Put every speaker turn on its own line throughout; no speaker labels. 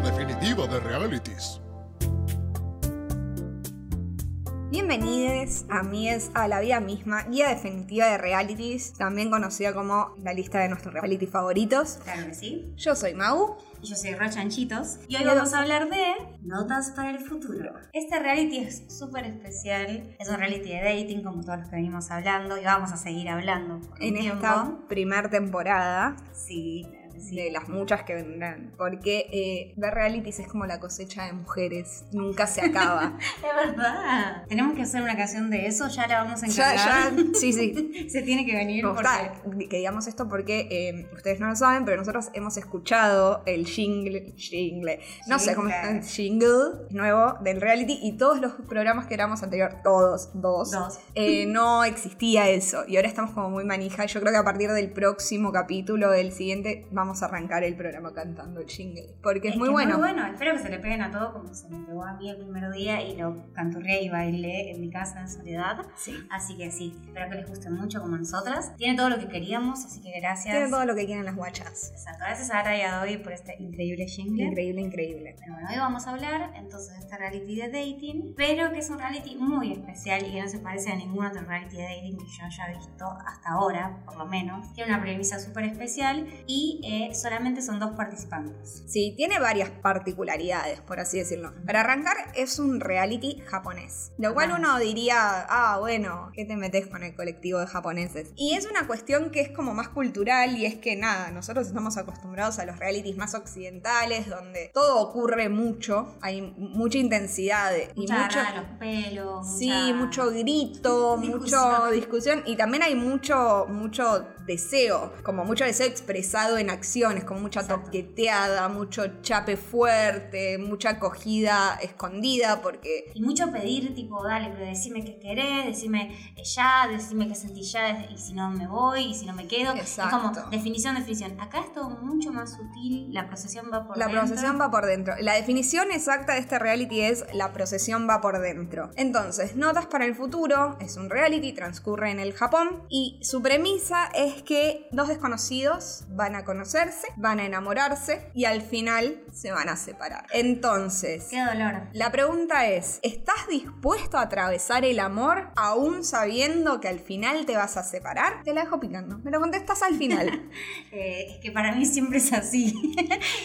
mundo de realities.
Bienvenidos a Mies a la vida misma, guía definitiva de realities, también conocida como la lista de nuestros reality favoritos.
Claro que sí.
Yo soy Mau.
Y yo soy Rochanchitos. Y hoy vamos a hablar de Notas para el futuro. Este reality es súper especial. Es un reality de dating, como todos los que venimos hablando, y vamos a seguir hablando por un
En
tiempo.
esta primer temporada
Sí, claro que sí.
de las muchas que vendrán, porque eh, ver realities es como la cosecha de mujeres, nunca se acaba.
Es verdad. Tenemos que hacer una canción de eso, ya la vamos a
ya,
encargar.
ya, sí, sí.
Se tiene que venir
Me gusta
porque...
que digamos esto porque eh, ustedes no lo saben, pero nosotros hemos escuchado el jingle, jingle, no sé cómo
Jingle.
es, jingle nuevo del reality y todos los programas que éramos anterior, todos, dos,
Dos.
eh, no existía eso y ahora estamos como muy manija y yo creo que a partir del próximo capítulo, del siguiente, vamos a arrancar el programa cantando el jingle, porque es,
que
muy bueno.
Muy bueno, espero que se le peguen a todo como se me pegó a mí el primer día y lo canturré y bailé en mi casa en soledad.
Sí.
Así que sí, espero que les guste mucho como a nosotras. Tiene todo lo que queríamos, así que gracias.
Tienen todo lo que quieran las guachas.
Exacto, gracias a Ara y a Dodi por este increíble jingle.
Increíble, increíble.
Pero bueno, hoy vamos a hablar entonces de este reality de dating, pero que es un reality muy especial y que no se parece a ningún otro reality de dating que yo haya visto hasta ahora, por lo menos. Tiene una premisa súper especial y eh, solamente son dos participantes.
Sí, tiene varias particularidades, por así decirlo. Para arrancar, es un reality japonés. Lo cual
Ah.
uno diría, ah, bueno, ¿qué te metes con el colectivo de japoneses? Y es una cuestión que es como más cultural y es que nada, nosotros estamos acostumbrados a los realities más occidentales, donde todo ocurre mucho, hay mucha intensidad y
Mucha
mucho...
agarrada de los pelos.
Sí,
mucha-
mucho grito, mucho
Discusión.
discusión y también hay mucho, mucho deseo, como mucho deseo expresado en acciones, como mucha
Exacto.
toqueteada, mucho chape fuerte, mucha acogida escondida, porque
Y mucho pedir, tipo, dale, pero decime qué querés, decime eh, ya, decime qué sentí ya, y si no me voy, y si no me quedo.
Exacto.
Es como definición, definición. Acá es todo mucho más sutil, la procesión va por
la
dentro.
procesión va por dentro. La definición exacta de este reality es la procesión va por dentro. Entonces, Notas para el futuro es un reality, transcurre en el Japón y su premisa es que dos desconocidos van a conocerse, van a enamorarse y al final se van a separar. Entonces,
Qué dolor.
la pregunta es, ¿estás dispuesto a atravesar el amor aún sabiendo que al final te vas a separar? Te la dejo picando. Me lo contestas al final.
Eh, es que para mí siempre es así.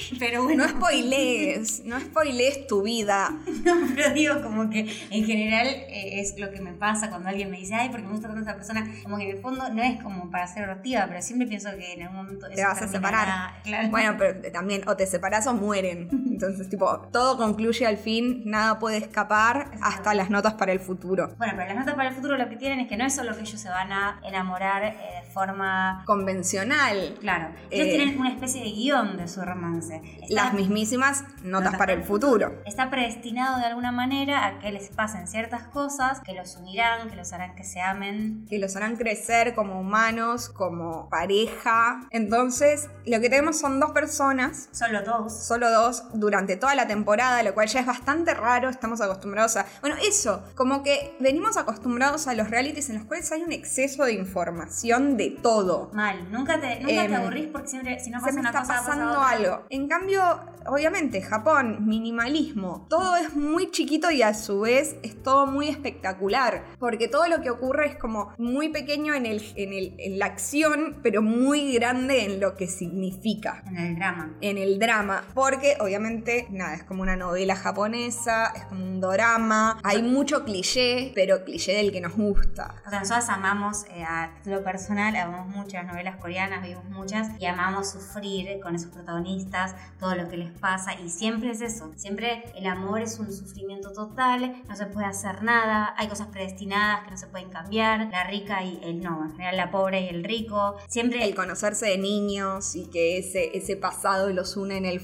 pero bueno,
No spoilees, no spoilees tu vida.
no, pero digo como que en general eh, es lo que me pasa cuando alguien me dice, ay, porque me gusta tanto esta persona. Como que en el fondo no es como para ser hortiva, pero siempre pienso que en algún momento
Te
eso
vas a
terminará. Claro.
Bueno, pero eh, también o te separás o mueren. Entonces, tipo, todo concluye al fin, nada puede escapar hasta las notas para el futuro.
Bueno, pero las notas para el futuro lo que tienen es que no es solo que ellos se van a enamorar eh, de forma...
Convencional.
Claro, ellos
Eh.
tienen una especie de guión de su romance.
Las
Está,
mismísimas notas para el futuro.
está predestinado de alguna manera a que les pasen ciertas cosas que los unirán, que los harán que se amen.
Que los harán crecer como humanos, como pareja. Entonces, lo que tenemos son dos personas
Solo dos.
solo dos durante toda la temporada, lo cual ya es bastante raro, estamos acostumbrados a... Bueno, eso, como que venimos acostumbrados a los realities en los cuales hay un exceso de información de todo.
Mal, nunca te, nunca
Em,
te aburrís porque siempre, si no pasa
Se me
una
está
cosa, pasa
pasando
otra.
algo. En cambio, obviamente, Japón, minimalismo, todo es muy chiquito y a su vez es todo muy espectacular, porque todo lo que ocurre es como muy pequeño en, el, en, el, en la acción, pero muy grande en lo que significa.
En el drama.
en el drama, porque obviamente, nada, es como una novela japonesa, es como un drama, hay mucho cliché, pero cliché del que nos gusta.
O sea, nosotras amamos, eh, a título personal, amamos muchas novelas coreanas, vimos muchas, y amamos sufrir con esos protagonistas, todo lo que les pasa, y siempre es eso. Siempre el amor es un sufrimiento total, no se puede hacer nada, hay cosas predestinadas que no se pueden cambiar, la rica y el no, en general la pobre y el rico. Siempre
El conocerse de niños y que ese, ese pasado los une en el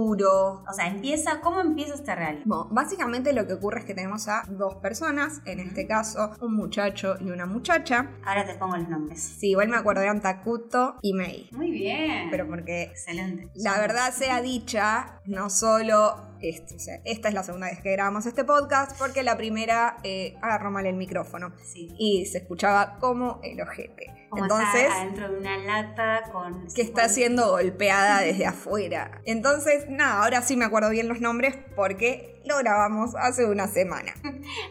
futuro.
O sea, empieza, ¿cómo empieza este reality?
Bueno, básicamente lo que ocurre es que tenemos a dos personas, en este caso un muchacho y una muchacha.
Ahora te pongo los nombres.
Sí, igual me acordé de Takuto y Mei,
Muy bien.
pero porque
Excelente.
La verdad sea dicha, no solo este, o sea, esta es la segunda vez que grabamos este podcast porque la primera eh, agarró mal el micrófono
Sí.
y se escuchaba como el ojete.
Como
Entonces,
está adentro de una lata con...
que está siendo golpeada desde afuera. Entonces, nada, ahora sí me acuerdo bien los nombres porque lo grabamos hace una semana.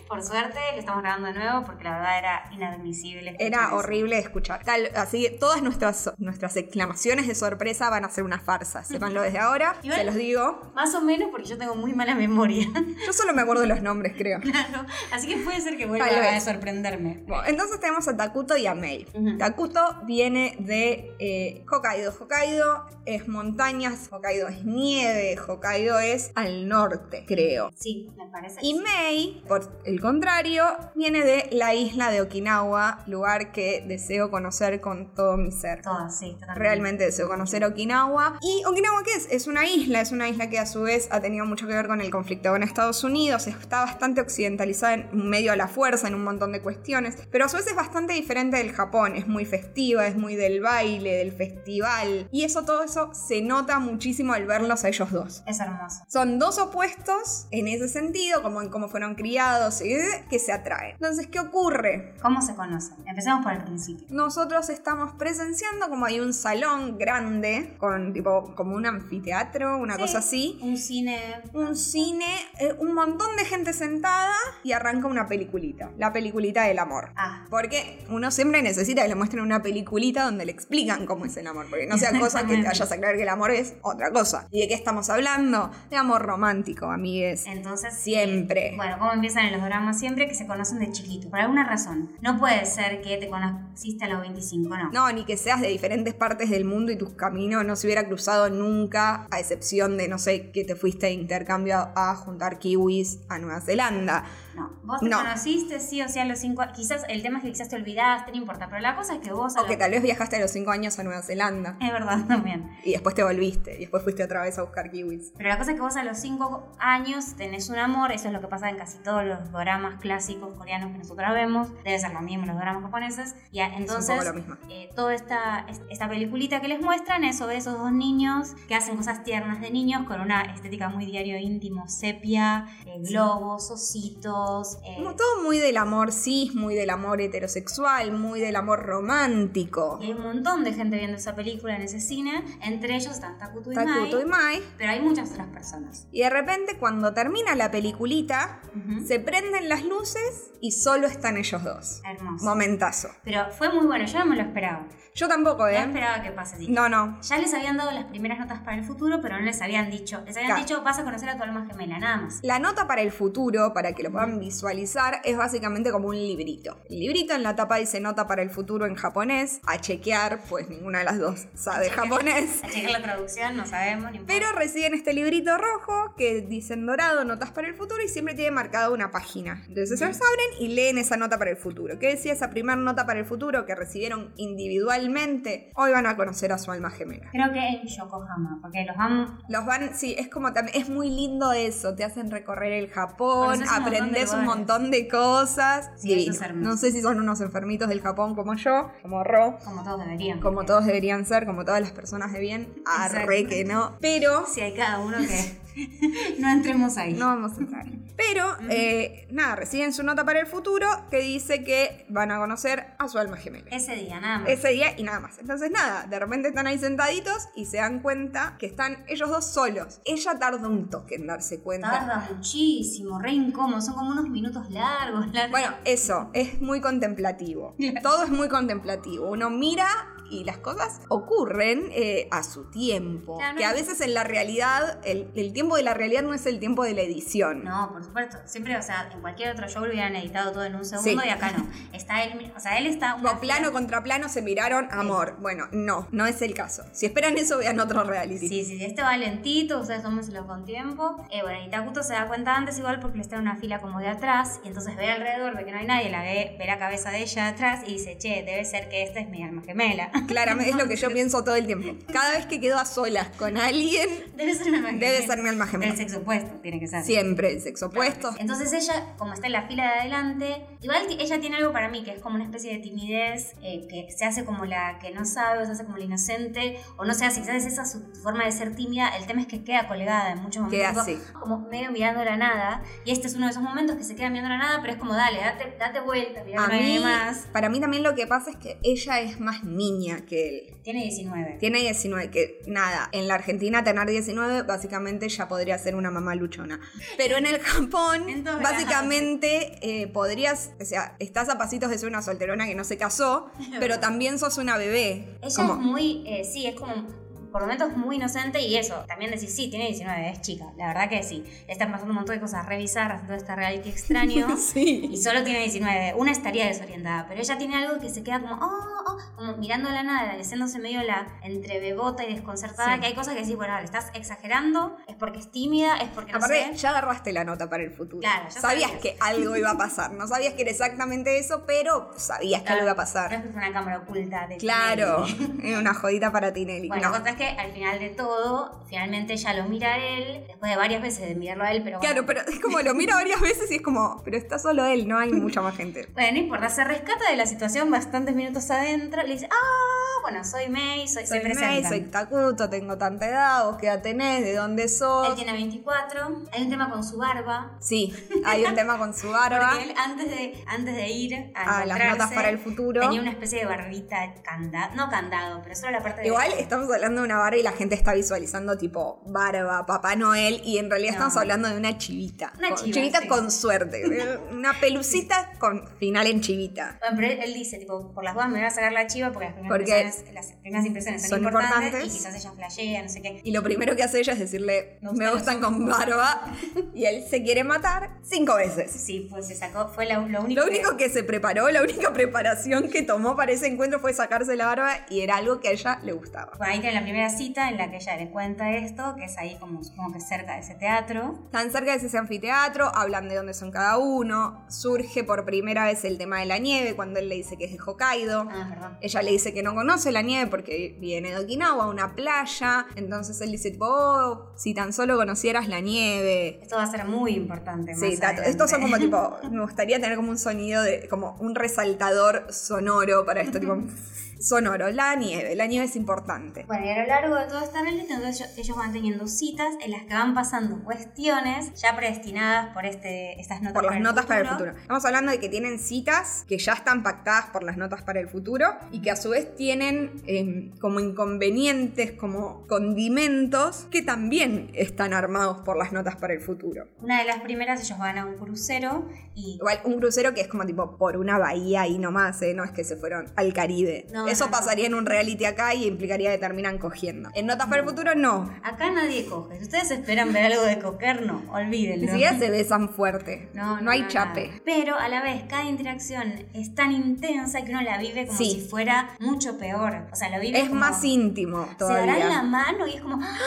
Por suerte lo estamos grabando de nuevo porque la verdad era inadmisible.
Era
Eso.
horrible de escuchar. Tal, así que todas nuestras, nuestras exclamaciones de sorpresa van a ser una farsa. Sépanlo desde ahora,
Igual-
se los digo.
Más o menos porque yo tengo muy mala memoria.
Yo solo me acuerdo de los nombres, creo.
claro. Así que puede ser que vuelva
Tal
a
vez.
sorprenderme.
Bueno, entonces tenemos a Takuto y a Mei.
Ujú.
Takuto viene de eh, Hokkaido. Hokkaido es montañas, Hokkaido es nieve, Hokkaido es al norte, creo.
Sí, me parece.
Y Mei, por el contrario, viene de la isla de Okinawa, lugar que deseo conocer con todo mi ser.
Todo, sí, totalmente.
Realmente deseo conocer Okinawa. ¿Y Okinawa qué es? Es una isla, es una isla que a su vez ha tenido mucho que ver con el conflicto con Estados Unidos, está bastante occidentalizada en medio a la fuerza, en un montón de cuestiones, pero a su vez es bastante diferente del Japón, es muy festiva, es muy del baile, del festival, y eso todo eso se nota muchísimo al verlos a ellos dos.
Es hermoso.
Son dos opuestos en ese sentido, como en cómo fueron criados y eh, que se atraen. Entonces, ¿qué ocurre?
¿Cómo se conocen? Empecemos por el principio.
Nosotros estamos presenciando como hay un salón grande, con tipo como un anfiteatro, una
Sí,
cosa así.
Un cine.
Un cine, eh, un montón de gente sentada y arranca una peliculita. La peliculita del amor.
Ah,
Porque uno siempre necesita que le muestren una peliculita donde le explican cómo es el amor, porque no sea cosa que te
Exactamente.
vayas a creer que el amor es otra cosa. ¿Y de qué estamos hablando? De amor romántico, amigues.
entonces.
Siempre.
Bueno, ¿cómo empiezan en los dramas? Siempre que se conocen de chiquito, por alguna razón. No puede ser que te conociste a los 25, no.
No, ni que seas de diferentes partes del mundo y tus caminos no se hubiera cruzado nunca, a excepción de, no sé, que te fuiste de intercambio a, a juntar kiwis a Nueva Zelanda.
No. Vos te
No.
conociste sí o sí a los 5 Quizás el tema es que quizás te olvidaste, no importa. Pero la cosa es que vos. a
O que
los-
tal vez viajaste a los 5 años a Nueva Zelanda
Es verdad también.
y después te volviste y después fuiste otra vez a buscar kiwis.
Pero la cosa es que vos a los 5 años tenés un amor, eso es lo que pasa en casi todos los dramas clásicos coreanos que nosotros vemos, debe ser lo mismo en los dramas japoneses, y a-
es
entonces
un poco lo mismo.
eh, toda esta, es- esta peliculita que les muestran es sobre esos dos niños que hacen cosas tiernas de niños con una estética muy diario íntimo, sepia, eh, globos, ositos. eh,
Como todo muy del amor cis, muy del amor heterosexual, muy del amor romántico.
y hay un montón de gente viendo esa película en ese cine, entre ellos están Takuto y
Takuto y
Mai,
Mai.
pero hay muchas otras personas.
Y de repente cuando termina la peliculita,
Ujú.
se prenden las luces y solo están ellos dos.
Hermoso.
Momentazo.
Pero fue muy bueno, yo no me lo esperaba.
Yo tampoco,
No
¿eh?
esperaba que pase así.
No, no.
Ya les habían dado las primeras notas para el futuro, pero no les habían dicho. Les habían
Claro.
dicho, vas a conocer a tu alma gemela, nada más.
La nota para el futuro, para que lo puedan visualizar, es básicamente como un librito. El librito en la tapa dice nota para el futuro en japonés, a chequear, pues ninguna de las dos sabe japonés.
A checar la traducción, no sabemos, ni importa.
Pero reciben este librito rojo que dicen dorado, notas para el futuro y siempre tiene marcada una página. Entonces ellos abren y leen esa nota para el futuro. ¿Qué decía esa primera nota para el futuro que recibieron individualmente? Hoy van a conocer a su alma gemela.
Creo que en Yokohama, porque los han.
Los van, sí, es como también, es muy lindo eso, te hacen recorrer el Japón,
Conoces un montón de
aprendes un
lugares.
montón de cosas.
Sí, eso
Divino.
es hermoso.
no sé si son unos enfermitos del Japón como yo, como Ro,
Como todos deberían.
como todos deberían ser, como todas las personas de bien, arre
Exacto.
que no, pero
Si hay cada uno que. no entremos ahí.
no vamos a entrar. Pero, eh, nada, reciben su nota para el futuro que dice que van a conocer a su alma gemela.
Ese día, nada más.
Ese día y nada más. Entonces nada, de repente están ahí sentaditos y se dan cuenta que están ellos dos solos. Ella tarda un toque en darse cuenta.
Tarda muchísimo, re incómodo. Son como unos minutos largos. largos.
Bueno, eso, es muy contemplativo. Todo es muy contemplativo. Uno mira y las cosas ocurren eh, a su tiempo.
Claro, no
que a
es-
veces en la realidad, el, el tiempo de la realidad no es el tiempo de la edición.
No, por supuesto. Siempre, o sea, en cualquier otro show lo hubieran editado todo en un segundo
Sí.
y acá no. Está él, o sea, él está.
Como
una-
plano contra plano se miraron, amor. Bueno, no, no es el caso. Si esperan eso, vean otro reality.
Sí, sí, sí, este va lentito, ustedes tómenselo con tiempo. Eh, bueno, y Takuto se da cuenta antes igual porque está en una fila como de atrás y entonces ve alrededor, ve que no hay nadie, la ve, ve la cabeza de ella atrás y dice, che, debe ser que esta es mi alma gemela.
Claramente es lo que yo pienso todo el tiempo. Cada vez que quedo a solas con alguien,
Debe ser una alma gemela.
debe ser mi alma
El
gemela.
sexo opuesto tiene que ser.
Siempre el sexo opuesto.
Entonces ella, como está en la fila de adelante, igual ti- ella tiene algo para mí, que es como una especie de timidez, eh, que se hace como la que no sabe, o se hace como la inocente, o no sé, si quizás es esa su forma de ser tímida, el tema es que queda colgada en muchos
Queda
momentos,
así.
como medio mirando la nada, y este es uno de esos momentos que se queda mirando la nada, pero es como, dale, date, date vuelta, mirá
A
que no hay nadie
mí,
más.
para mí también lo que pasa es que ella es más niña que él.
Tiene 19.
Tiene 19, que nada, en la Argentina tener 19 básicamente ya podría ser una mamá luchona. Pero en el Japón,
En todos lados.
básicamente eh, podrías, o sea, estás a pasitos de ser una solterona que no se casó, pero también sos una bebé.
Ella
Como-
es muy, eh, sí, es como por momentos muy inocente y eso, también decís, sí, tiene 19, es chica, la verdad que sí, le están pasando un montón de cosas re bizarras, todo este reality extraño.
Sí.
Y solo tiene 19, una estaría desorientada, pero ella tiene algo que se queda como, oh, oh, como mirando la nada, haciéndose medio la entre bebota y desconcertada,
Sí.
que hay cosas que decís, bueno, dale, estás exagerando, es porque es tímida, es porque no
Aparte,
sé.
ya agarraste la nota para el futuro.
Claro, ya
sabías
sabías.
que algo iba a pasar. No sabías que era exactamente eso, pero sabías que algo iba a
No
pasar.
es que fue una cámara oculta de
Claro,
Tinelli.
es una jodita para Tinelli.
Bueno,
No.
la cosa es que al final de todo, finalmente ella lo mira a él, después de varias veces de mirarlo a él, pero bueno,
Claro, pero es como lo miro varias veces y es como, pero está solo él, no hay mucha más gente.
Bueno, no importa, se rescata de la situación bastantes minutos adentro, le dice, ah, bueno, soy May,
Soy
soy, se
May,
presentan.
soy Takuto, tengo tanta edad, vos qué edad tenés, de dónde
Él
sos.
tiene 24, hay un tema con su barba,
Sí, hay un tema con su barba.
porque él antes de, antes de ir a,
A Ah, las
encontrarse,
notas para el futuro.
tenía una especie de barbita candado, no candado, pero solo la parte de...
Igual estamos hablando de una barba y la gente está visualizando tipo barba, Papá Noel, y en realidad
No.
estamos hablando de una chivita.
Una
Con-
chiva, sí.
con suerte. ¿eh? una pelucita con final en chivita.
Bueno, pero él, él dice, tipo, por las dudas me voy a sacar la chiva porque las primeras,
Porque
impresiones, las primeras impresiones son,
son
importantes,
importantes.
y quizás ella flashea, no sé qué.
Y lo primero que hace ella es decirle,
Me
me gustan
gustan
con barba, y él se quiere matar cinco veces.
Sí, pues se sacó, fue la- lo único
Lo único que se preparó, la única preparación que tomó para ese encuentro fue sacarse la barba y era algo que a ella le gustaba.
Ahí tiene la primera cita en la que ella le cuenta esto, que es ahí como supongo que cerca de ese teatro.
Están cerca de ese anfiteatro, hablan de dónde son cada uno, surge por primera vez el tema de la nieve cuando él le dice que es de Hokkaido.
Ah, perdón.
Ella le dice que no conoce la nieve porque viene de Okinawa, una playa. Entonces él dice, tipo, "Oh, si tan solo conocieras la nieve.
Esto va a ser muy importante.
Sí,
más
tato, estos son como
adelante.
tipo, me gustaría tener como un sonido de, como un resaltador sonoro para esto, tipo, sonoro, la nieve, la nieve es importante.
Bueno, y a lo largo de este toda esta noche, entonces ellos- ellos van teniendo citas en las que van pasando cuestiones ya predestinadas por este, estas notas
Por las
el
notas para el futuro. Estamos hablando de que tienen citas que ya están pactadas por las notas para el futuro y que a su vez tienen eh, como inconvenientes, como condimentos que también están armados por las notas para el futuro.
Una de las primeras, ellos van a un crucero y
Igual un crucero que es como tipo por una bahía y nomás, ¿eh? no es que se fueron al Caribe.
No,
Eso
no, no.
pasaría en un reality acá y implicaría que terminan cogiendo. En Notas para el Futuro no.
acá nadie coge. Si ustedes esperan ver algo de coger, no, olvídenlo.
Ni siquiera se besan fuerte.
No, no,
hay
no,
chape.
nada. Pero a la vez, cada interacción es tan intensa que uno la vive como
Sí.
si fuera mucho peor. O sea, lo vive
Es
como-
más íntimo
Se
todavía.
darán la mano y es como. ¡ah!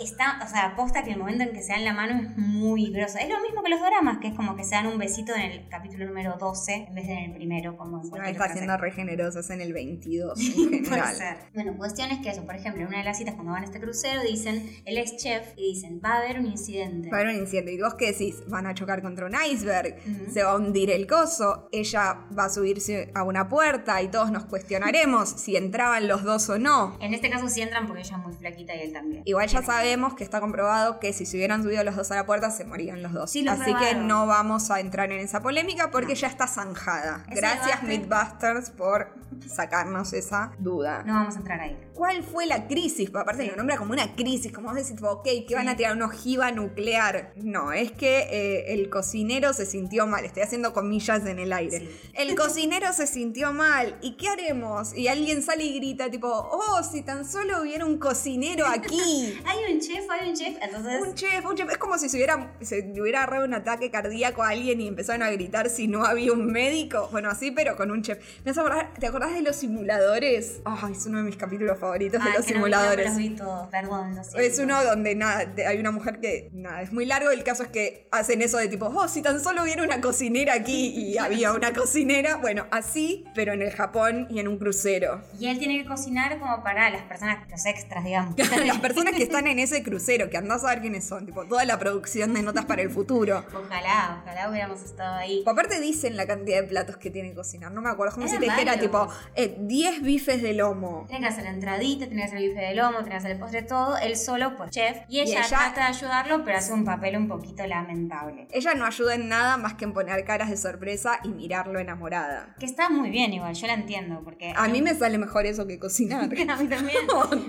Está, o sea, aposta que el momento en que se dan la mano es muy groso. Es lo mismo que los dramas, que es como que se dan un besito en el capítulo número 12 en vez de en el primero, como en
No,
cualquier
está
otra
siendo re generosas en el 22 en
Puede
general.
ser. Bueno, cuestiones que eso, por ejemplo, en una de las citas cuando van a este crucero dicen, él es chef y dicen, va a haber un incidente.
Va a haber un incidente. ¿Y vos qué decís? Van a chocar contra un iceberg,
Ujú.
se va a hundir el coso, ella va a subirse a una puerta y todos nos cuestionaremos si entraban los dos o no.
En este caso sí entran porque ella es muy flaquita y él también.
Igual ya sabemos que está comprobado que si se hubieran subido los dos a la puerta se morían los dos.
Sí, lo
Así que
probaron.
no vamos a entrar en esa polémica porque ya está zanjada.
Ese
Gracias
debate-
Mythbusters por sacarnos esa duda.
No vamos a entrar ahí.
¿Cuál fue la crisis? Porque Aparte
Sí.
lo nombra como una crisis, como vos decís, tipo, ok, que van
Sí.
a tirar una ojiva nuclear. No, es que eh, el cocinero se sintió mal, estoy haciendo comillas en el aire.
Sí.
El cocinero se sintió mal, ¿y qué haremos? Y alguien sale y grita tipo, oh, si tan solo hubiera un cocinero aquí.
Hay un chef, hay un chef, entonces...
Un chef, un chef. Es como si se hubiera, se le hubiera agarrado un ataque cardíaco a alguien y empezaron a gritar si no había un médico. Bueno, así, pero con un chef. Me hace acordar- ¿te acordás acordás de los simuladores? Ay, es uno de mis capítulos favoritos
Ay,
de los
que no vi, no me
simuladores.
los vi todos, perdón, lo siento.
Es uno donde nada, te- hay una mujer que nada, es muy largo. El caso es que hacen eso de tipo, oh, si tan solo hubiera una cocinera aquí y había una cocinera. Bueno, así, pero en el Japón y en un crucero.
Y él tiene que cocinar como para las personas, los extras, digamos.
Las personas que están en ese crucero, que andás a ver quiénes son, tipo, toda la producción de notas para el futuro.
Ojalá, ojalá hubiéramos estado ahí.
Tipo, Aparte dicen la cantidad de platos que tiene que cocinar, no me acuerdo, es como si
Eran
te dijera
varios.
tipo eh, 10 bifes de lomo.
Tiene que hacer la entradita, tiene que hacer el bife de lomo, tiene que hacer el postre, todo. Él solo, pues chef. Y ella,
ella-
trata de ayudarlo, pero hace un papel un poquito lamentable.
Ella no ayuda en nada más que en poner caras de sorpresa y mirarlo enamorada.
Que está muy bien igual, yo la entiendo, porque...
A mí me sale mejor eso que cocinar.
A mí también.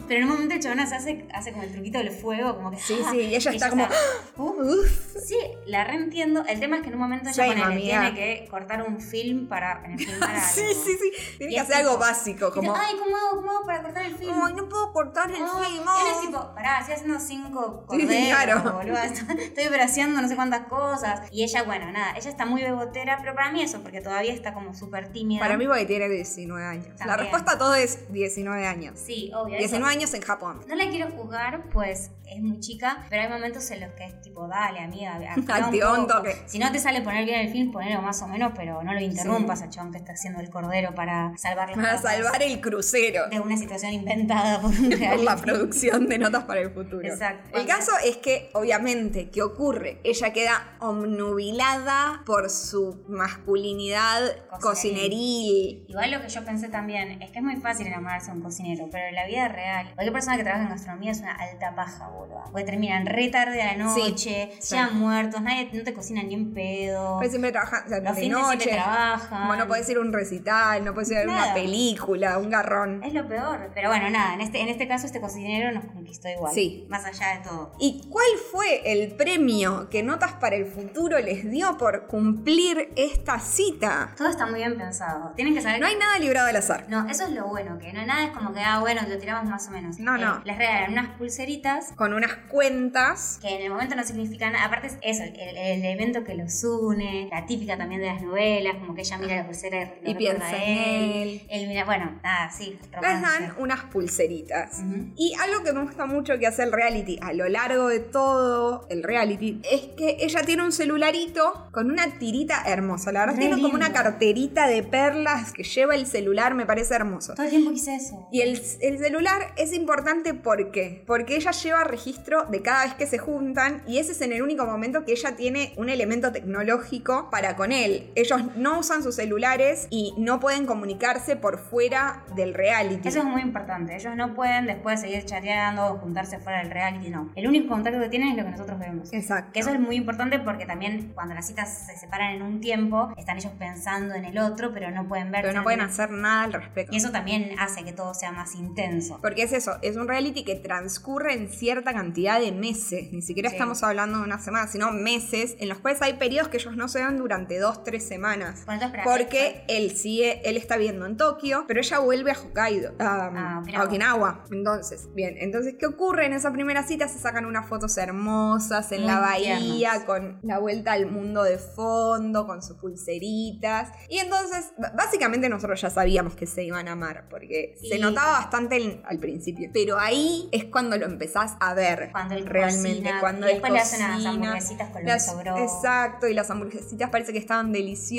Pero en un momento el chabón se hace, hace como el truquito del fuego, como que... ah,
Sí, sí, y ella está como, "Ah". ¡Oh, Uf.
Sí, la reentiendo. El tema es que en un momento
Sí,
ella ponele,
mami,
tiene
ah.
que cortar un film para... en el filmar algo.
Sí, sí, sí. Tiene
Y
que
es
hacer
tipo-
algo básico, como.
Ay, ¿cómo hago, ¿cómo hago para cortar el film?
Ay, no puedo cortar el
Ay,
film. oh".
él es tipo, pará, estoy haciendo cinco
Sí,
corderos,
claro.
boluda, estoy operacionando no sé cuántas cosas. Y ella, bueno, nada, ella está muy bebotera, pero para mí eso, porque todavía está como súper tímida.
Para mí, porque tiene 19 años. La
También.
respuesta a todo es 19 años.
Sí, obvio. eso.
19 años en Japón.
No la quiero juzgar, pues es muy chica, pero hay momentos en los que es tipo, dale, amiga, activa
Activa un
un poco.
toque.
Si no te sale poner bien el film, ponelo más o menos, pero no lo interrumpas al chabón que está haciendo el cordero para salvar las
Para
papas
salvar el crucero.
de una situación inventada por un
Por la
reality.
producción de notas para el futuro.
Exacto.
El caso es que, obviamente, ¿qué ocurre? Ella queda omnubilada por su masculinidad
Cocineril.
cocineril.
Igual lo que yo pensé también es que es muy fácil enamorarse de un cocinero, pero en la vida real, cualquier persona que trabaja en gastronomía es una alta paja, boludo. Porque terminan re tarde a la
Sí,
noche,
sí. Pues
ya muertos, nadie no te cocina ni en pedo.
Pero siempre trabaja o sea,
Los
de
fines siempre
noche.
trabajan.
Como no puedes ir a un recital, no puedes ir a ver una
Nada.
película, un garrón.
Es lo peor. Pero bueno, nada, en este, en este caso este cocinero nos conquistó igual.
Sí.
Más allá de todo.
¿Y cuál fue el premio que Notas para el Futuro les dio por cumplir esta cita?
Todo está muy bien pensado. Tienen que saber
No hay nada librado al azar.
No, eso es lo bueno, que no nada es como que, ah, bueno, lo tiramos más o menos. Eh,
No, no.
Les regalan unas pulseritas
Con unas cuentas.
que en el momento no significan nada. Aparte es eso, el, el elemento que los une, la típica también de las novelas, como que ella mira la pulsera y, lo
Y piensa
recuerda a
en él.
Él mira, bueno, nada, sí,
Les
romance.
dan unas pulseritas.
Ujú.
Y algo que me gusta mucho que hace el reality a lo largo de todo el reality es que ella tiene un celularito con una tirita hermosa. La verdad,
Re
tiene como
lindo.
una carterita de perlas que lleva el celular, me parece hermoso.
Todo el tiempo quise eso.
Y el, el celular es importante ¿por qué? porque ella lleva registro de cada vez que se juntan y ese es en el único momento que ella tiene un elemento tecnológico para con él. Ellos no usan sus celulares y no pueden comunicarse por fuera del reality.
Eso es muy importante. Ellos no pueden después seguir chateando o juntarse fuera del reality, no. El único contacto que tienen es lo que nosotros vemos.
Exacto.
Que eso es muy importante porque también cuando las citas se separan en un tiempo, están ellos pensando en el otro, pero no pueden ver.
Pero no pueden hacer nada al respecto.
Y eso también hace que todo sea más intenso.
Porque es eso, es un reality que transcurre en cierta cantidad de meses. Ni siquiera
Sí.
estamos hablando de una semana, sino meses en los cuales hay periodos que ellos no se ven durante dos, tres semanas.
Bueno, entonces, espera,
Porque él sigue, él está viendo en Tokio, pero ella vuelve a Hokkaido, a,
A Okinawa.
a Okinawa. Entonces, bien, entonces, ¿qué ocurre en esa primera cita? Se sacan unas fotos hermosas en
Muy
la bahía,
tiernas.
con la vuelta al mundo de fondo, con sus pulseritas. Y entonces, b- básicamente nosotros ya sabíamos que se iban a amar, porque se
Sí.
notaba bastante en- al principio. Pero ahí es cuando lo empezás a ver.
Cuando él
realmente,
cocina,
cuando
y
él
después le hacen unas
cocina,
hamburguesitas con lo
las-
que sobró.
Exacto, y las hamburguesitas parece que estaban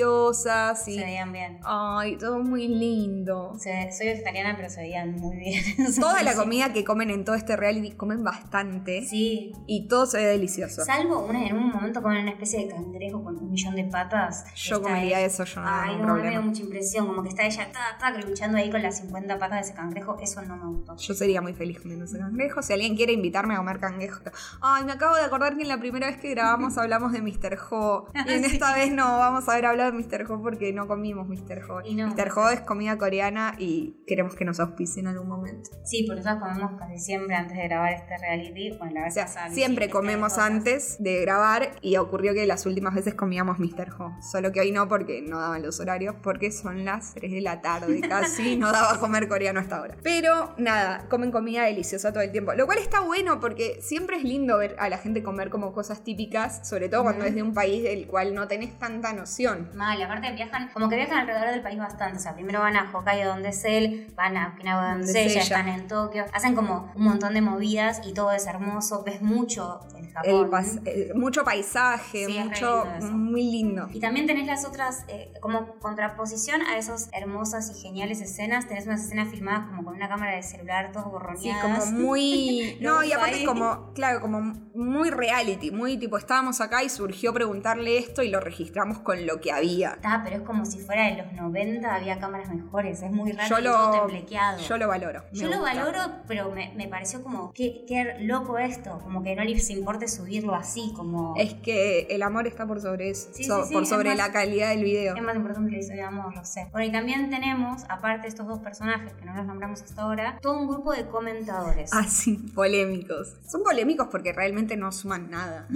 deliciosas y...
Se veían bien.
Ay, todo muy lindo.
Se- soy vegetariana, pero se veían muy bien.
Toda la comida que comen en todo este reality comen bastante
Sí.
y todo se ve delicioso.
Salvo una, en un momento con una especie de cangrejo con un millón de patas.
Yo
Está
comería
él-
eso, yo no
Ay,
tengo
no, me dio
problema.
mucha impresión, como que está ella ta, ta, luchando ahí con las 50 patas de ese cangrejo, eso no me gustó.
Yo sería muy feliz comiendo ese cangrejo. Si alguien quiere invitarme a comer cangrejo. Ay, me acabo de acordar que en la primera vez que grabamos hablamos de Mr. Ho.
Ah,
Y en esta vez no vamos a haber hablado de Mr. Ho porque no comimos Mr. Ho.
Y no.
Mr. Ho es comida coreana y queremos que nos auspicien en algún momento.
Sí, porque nosotros comemos casi siempre antes de grabar este reality, bueno, la
O
vez
sea,
pasada,
siempre
sí,
comemos
estas cosas.
antes de grabar y ocurrió que las últimas veces comíamos Mr. Ho. Solo que hoy no porque no daban los horarios, porque son las 3 de la tarde casi, no daba comer coreano hasta ahora. Pero nada, comen comida deliciosa todo el tiempo, lo cual está bueno porque siempre es lindo ver a la gente comer como cosas típicas, sobre todo cuando
Ujú.
es de un país del cual no tenés tanta noción.
Mal, aparte viajan, como que viajan alrededor del país bastante, o sea, primero van a Hokkaido donde es él, van a Okinawa donde, es
Donde es ella.
ella, están en Tokio, hacen como un montón de movidas y todo es hermoso, ves mucho el Japón.
El pas- eh, mucho paisaje,
Sí, es re
mucho,
lindo eso.
muy lindo.
Y también tenés las otras, eh, como contraposición a esas hermosas y geniales escenas, tenés unas escenas filmadas como con una cámara de celular, todas
Sí,
borroneadas.
como muy... No,
No,
y aparte
ahí.
como, claro, como muy reality, muy tipo, estábamos acá y surgió preguntarle esto y lo registramos con lo que había.
Está, pero es como si fuera de los 90, había cámaras mejores, es muy raro,
Yo
y todo
lo,
temblequeado.
yo lo valoro. me
Yo lo
gusta.
valoro, pero me, me pareció como, qué, qué loco esto, como que no les importe subirlo así, como...
Es que el amor está por sobre eso,
Sí,
so-
sí, sí,
por
es
sobre
más-
la calidad del video.
Es más importante que les amor, lo sé. Bueno, y también tenemos, aparte de estos dos personajes que no los nombramos hasta ahora, todo un grupo de comentadores.
Así, Ah, polémicos. Son polémicos porque realmente no suman nada.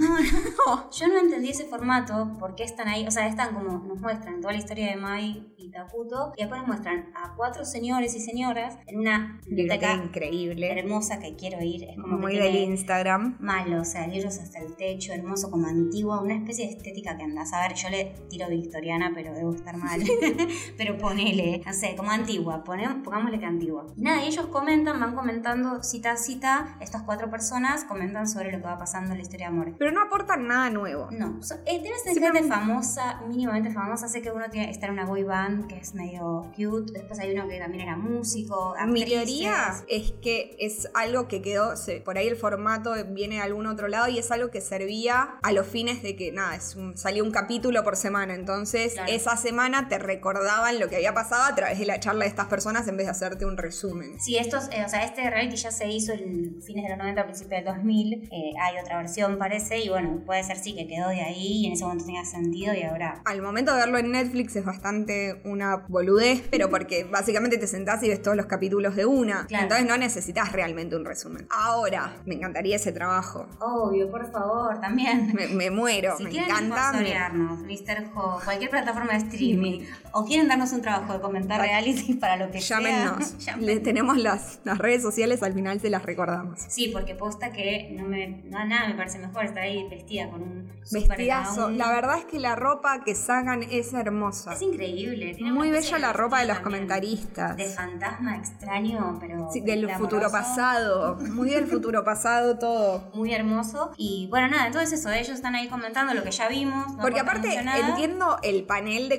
Yo no entendí ese formato, por qué están ahí, o sea, están como, nos muestran toda la historia de Mai y Takuto, y después nos muestran a cuatro señores y señoras en una
Biblioteca
biblioteca
increíble.
hermosa que quiero ir, es como
Muy
que
del
tiene-
Instagram.
malo, o sea, libros hasta el techo, hermoso como antigua, una especie de estética que andás a ver, yo le tiro victoriana, pero debo estar mal, pero ponele, no sé, como antigua, pone- pongámosle que antigua. Y nada, ellos comentan, van comentando cita a cita, estas cuatro personas comentan sobre lo que va pasando en la historia de amor.
Pero no aportan nada nuevo.
No, so- eh, debe ser
Siempre-
gente famosa, mínimamente famosa, sé que uno tiene está en una boy band que es medio cute, después hay uno que también era músico,
Mi
actrices.
teoría es que es algo que quedó, se- por ahí el formato viene de algún otro lado y es algo que servía a los fines de que, nada, es un- salió un capítulo por semana, entonces
Claro.
esa semana te recordaban lo que había pasado a través de la charla de estas personas en vez de hacerte un resumen.
Sí, estos, eh, o sea, este reality ya se hizo en fines de los 90, principios del 2000. eh, hay otra versión, parece, y bueno, puede ser sí que quedó de ahí y en ese momento tenía sentido y ahora.
Al momento de verlo en Netflix es bastante una boludez, pero porque básicamente te sentás y ves todos los capítulos de una.
Claro.
Entonces no necesitas realmente un resumen. Ahora, me encantaría ese trabajo.
Obvio, por favor, también.
Me, me muero,
Si
me
quieren
encanta. me-
sponsorearnos, Mr. Ho, cualquier plataforma de streaming, o quieren darnos un trabajo de comentar
Va-
reality para lo que
Llámenos.
sea.
Le tenemos las, las redes sociales, al final se las recordamos.
Sí, porque posta que no me no, a nada me parece mejor estar ahí vestida con un super
Vestidazo.
gown.
La verdad es que la ropa que sacan es hermosa.
es increíble. tiene
Muy
una
bella
especie
la ropa de los
también.
comentaristas.
De fantasma extraño, pero.
Sí, del
glamoroso,
futuro pasado. Muy del futuro pasado todo.
Muy hermoso. Y bueno, nada, entonces eso, ellos están ahí comentando lo que ya vimos. no
Porque
aportan
aparte,
mucho nada.
entiendo el panel de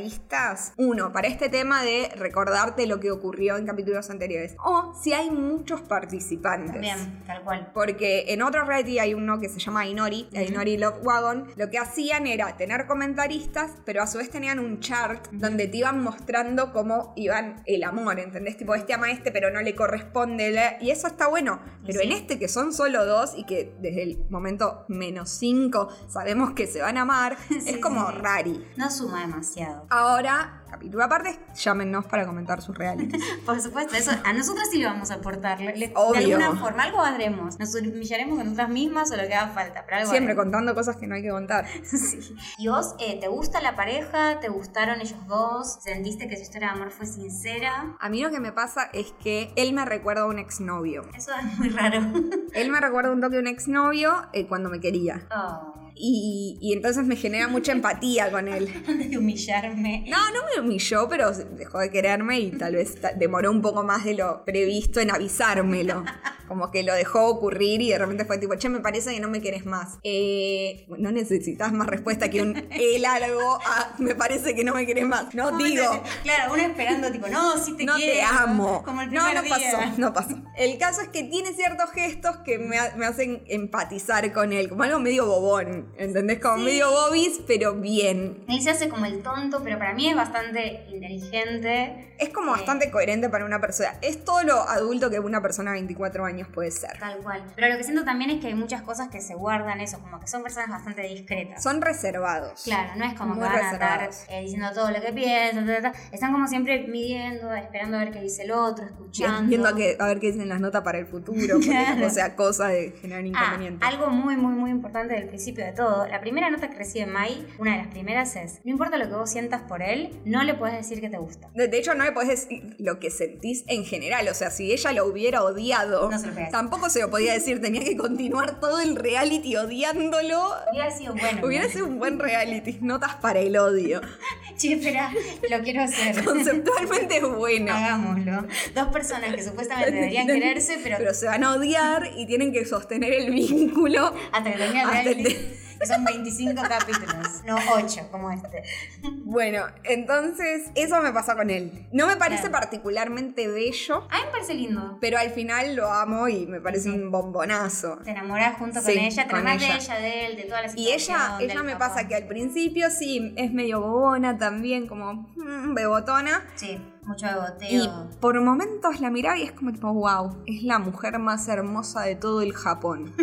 comentaristas, uno, para este tema de recordarte lo que ocurrió en capítulos anteriores, o si hay muchos participantes.
También, tal cual.
Porque en otro reality hay uno que se llama Inori, la
Ujú.
Inori Love Wagon. Lo que hacían era tener comentaristas, pero a su vez tenían un chart donde te iban mostrando cómo iban el amor, ¿entendés? Tipo, este ama a este, pero no le corresponde. la- Y eso está bueno. Pero
Sí.
en este, que son solo dos y que desde el momento menos cinco sabemos que se van a amar, es
Sí,
como
sí, sí.
rari.
No suma demasiado.
Ahora, capítulo aparte, llámenos para comentar sus realities.
Por supuesto, eso a nosotras sí le vamos a aportar. le- le-
Obvio.
De alguna forma, algo haremos. Nos humillaremos con nosotras mismas o lo que haga falta. Pero algo
Siempre
haremos.
contando cosas que no hay que contar.
Sí. ¿Y vos, eh, te gusta la pareja? ¿Te gustaron ellos dos? ¿Sentiste que su historia de amor fue sincera?
A mí lo que me pasa es que él me recuerda a un exnovio.
Eso es muy raro.
Él me recuerda un toque a un exnovio eh, cuando me quería.
Oh,
Y, y entonces me genera mucha empatía con él.
antes de humillarme.
No, no me humilló, pero dejó de quererme y tal vez ta- demoró un poco más de lo previsto en avisármelo. Como que lo dejó ocurrir y de repente fue tipo, che, me parece que no me querés más. Eh, no necesitas más respuesta que un el algo a, me parece que no me querés más. No digo.
Claro, uno esperando, tipo, no, sí te
no
quiero.
te amo.
Como el
no,
primer
no
día.
pasó, no pasó. El caso es que tiene ciertos gestos que me, ha- me hacen empatizar con él, como algo medio bobón, ¿entendés? Como medio bobis, pero bien.
Él se hace como el tonto, pero para mí es bastante inteligente.
Es como bastante coherente para una persona. Es todo lo adulto que una persona de 24 años puede ser.
Tal cual. Pero lo que siento también es que hay muchas cosas que se guardan, eso, como que son personas bastante discretas.
Son reservados.
Claro, no es como
Muy
que van a estar
reservados.
eh, diciendo todo lo que piensan, ta, ta, ta. están como siempre midiendo, esperando a ver qué dice el otro, escuchando.
Viendo a, que- a ver qué dicen las notas para el futuro. porque,
Claro.
O sea, cosa de generar
Ah,
inconvenientes.
algo muy, muy, muy importante del principio de todo. La primera nota que recibe Mai, una de las primeras es, no importa lo que vos sientas por él, no le puedes decir que te gusta.
De de hecho, no le podés decir lo que sentís en general. O sea, si ella lo hubiera odiado,
No se se lo podía decir.
Tampoco se lo podía decir, tenía que continuar todo el reality odiándolo.
Hubiera sido bueno.
Hubiera
igual.
sido un buen reality, notas para el odio.
Che, espera, lo quiero hacer.
Conceptualmente es bueno.
Hagámoslo. Dos personas que supuestamente deberían quererse, pero,
Pero se van a odiar y tienen que sostener el vínculo.
hasta que termine el
hasta
reality,
te-
que son 25 capítulos, no 8 como este.
Bueno, entonces eso me pasó con él. No me parece
Claro.
particularmente bello,
A mí me parece lindo.
pero al final lo amo y me parece
Ujú.
un bombonazo.
Te enamorás junto
Sí,
con ella, te
con
enamorás
ella.
de ella, de él, de toda la
Y ella,
situación,
ella
del
me
Japón.
pasa que al principio sí, es medio bobona también, como mm, bebotona.
Sí, mucho beboteo.
Y por momentos la miraba y es como tipo, wow, es la mujer más hermosa de todo el Japón.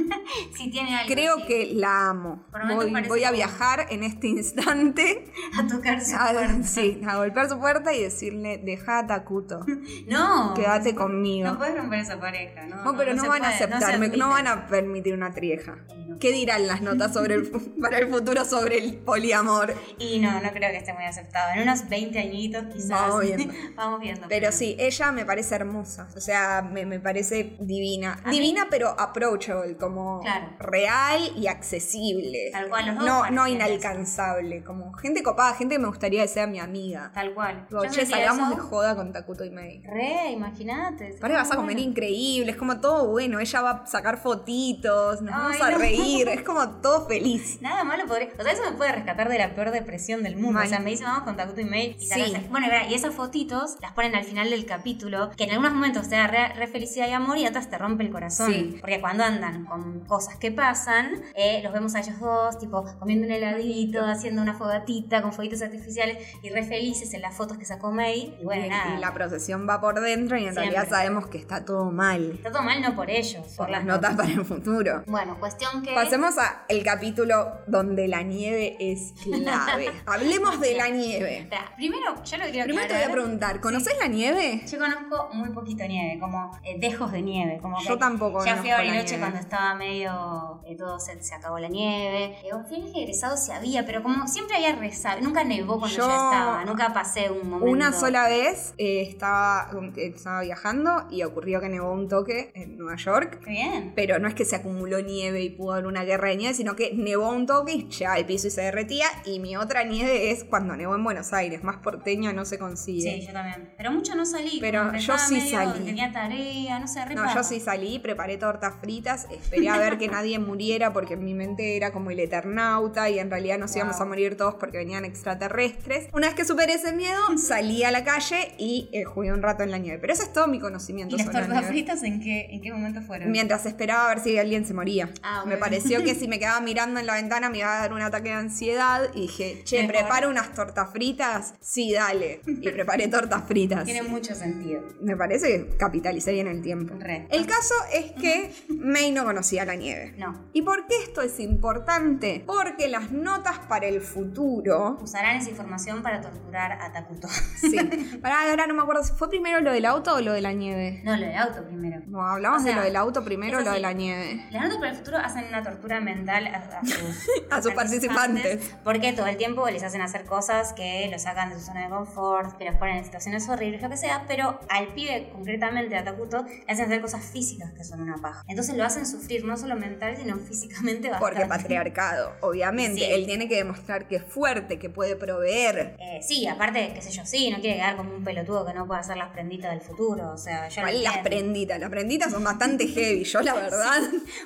Sí, tiene algo.
Creo
sí,
que la amo.
Por momentos
Voy,
parece
voy a
como-
viajar en este instante
A tocar su
a,
puerta.
sí, a golpear su puerta y decirle, deja a Takuto,
No.
quédate conmigo.
No puedes romper esa pareja, ¿no?
No, pero no,
se
van a
puede, no se
aceptarme, no, van
admite.
a permitir una trieja.
Eh, no.
¿Qué dirán las notas sobre el fu- para el futuro sobre el poliamor?
Y no, no creo que esté muy aceptado. En unos 20 añitos quizás.
Vamos viendo.
Vamos viendo,
Pero sí, ella me parece hermosa, o sea, me, me parece divina.
A mí-
divina pero approachable, como
Claro.
real y accesible.
Tal cual, los dos
No,
parecen
no
eso.
inalcanzable, como gente copada, gente que me gustaría que sea mi amiga.
Tal cual.
Digo,
Yo
che,
sentía
salgamos
eso.
de joda con Takuto y Mei.
Re, imagínate.
Ahora vas a comer
Bueno.
increíble, es como todo bueno, ella va a sacar fotitos, nos
Ay,
vamos a
no.
reír, es como todo feliz.
Nada malo podría. O sea, eso me puede rescatar de la peor depresión del mundo.
Mal.
O sea, me dice, vamos con Takuto y Mail. Y
Sí.
sacas- Bueno, y verá, y esas fotitos las ponen al final del capítulo, que en algunos momentos te da re, re felicidad y amor y otras te rompe el corazón.
Sí.
Porque cuando andan con cosas que pasan, eh, los vemos a ellos dos, tipo, comiendo un heladito, haciendo una fogatita con fueguitos artificiales y re felices en las fotos que sacó May. Y bueno,
y,
nada.
y la procesión va por dentro y en
Siempre.
realidad sabemos que está todo mal
Está todo mal no por ellos, por,
por las notas para el futuro.
Bueno, cuestión que.
Pasemos a el capítulo donde la nieve es clave. Hablemos de la nieve.
Espera, Primero, yo lo que quiero
Primero te voy
aclarar-
a preguntar, ¿conoces la nieve?
Yo conozco muy poquito nieve, como eh, dejos de nieve. Como que
Yo tampoco
Ya fui
conozco la
a Bariloche
nieve.
cuando estaba medio. eh, todo se, se acabó la nieve. Eh, En fines de egresado se había, pero como siempre había rezado. Nunca nevó cuando yo,
Yo-
estaba, nunca pasé un momento.
Una sola vez eh, estaba, estaba viajando y ocurrió que nevó un toque en Nueva York.
Qué bien.
Pero no es que se acumuló nieve y pudo haber una guerra de nieve, sino que nevó un toque y llegaba al piso y se derretía. Y mi otra nieve es cuando nevó en Buenos Aires, más porteño no se consigue.
Sí, yo también. Pero mucho no salí.
Pero
como que
yo
estaba
sí
medio-
salí.
Tenía tarea, no sé, re
No,
paja.
yo sí salí, preparé tortas fritas, esperé a ver que nadie muriera porque en mi mente era como el eternauta y en realidad nos íbamos
Wow.
a morir todos porque venían extraterrestres. Una vez que superé ese miedo, salí a la calle y eh, jugué un rato en la nieve. Pero eso es todo mi conocimiento
¿Y las
sobre la
tortas
nieve.
fritas en qué, en qué momento fueron?
Mientras esperaba a ver si alguien se moría.
Ah,
me
bueno.
pareció que si me quedaba mirando en la ventana me iba a dar un ataque de ansiedad y dije, che,
Mejor.
¿preparo unas tortas fritas? Sí, dale. Y preparé tortas fritas.
Tiene mucho sentido.
Me parece que capitalicé bien el tiempo.
Re.
El caso es que May no conocía la nieve.
No.
¿Y por qué esto es importante? Porque las notas para el futuro.
Usarán esa información para torturar a Takuto.
Sí. Pará, ahora no me acuerdo si fue primero lo del auto o lo de la nieve.
No, lo del auto primero.
No, hablamos
O sea,
de lo del auto primero o
eso
lo de
sí.
la nieve.
Las notas para el futuro hacen una tortura mental a, a sus,
A sus participantes.
Porque todo el tiempo les hacen hacer cosas que los sacan de su zona de confort, que los ponen en situaciones horribles, lo que sea, pero al pibe, concretamente a Takuto, le hacen hacer cosas físicas que son una paja. Entonces lo hacen sufrir no solo mental, sino físicamente bastante.
Porque patriarcado, obviamente.
Sí.
Él tiene que demostrar que es fuerte, que puede proveer.
Eh, sí, aparte, qué sé yo, sí, no quiere quedar como un pelotudo que no puede hacer las prenditas del futuro, o sea, yo lo
Igual Las
entiendo.
prenditas, las prenditas son bastante heavy. Yo, la verdad,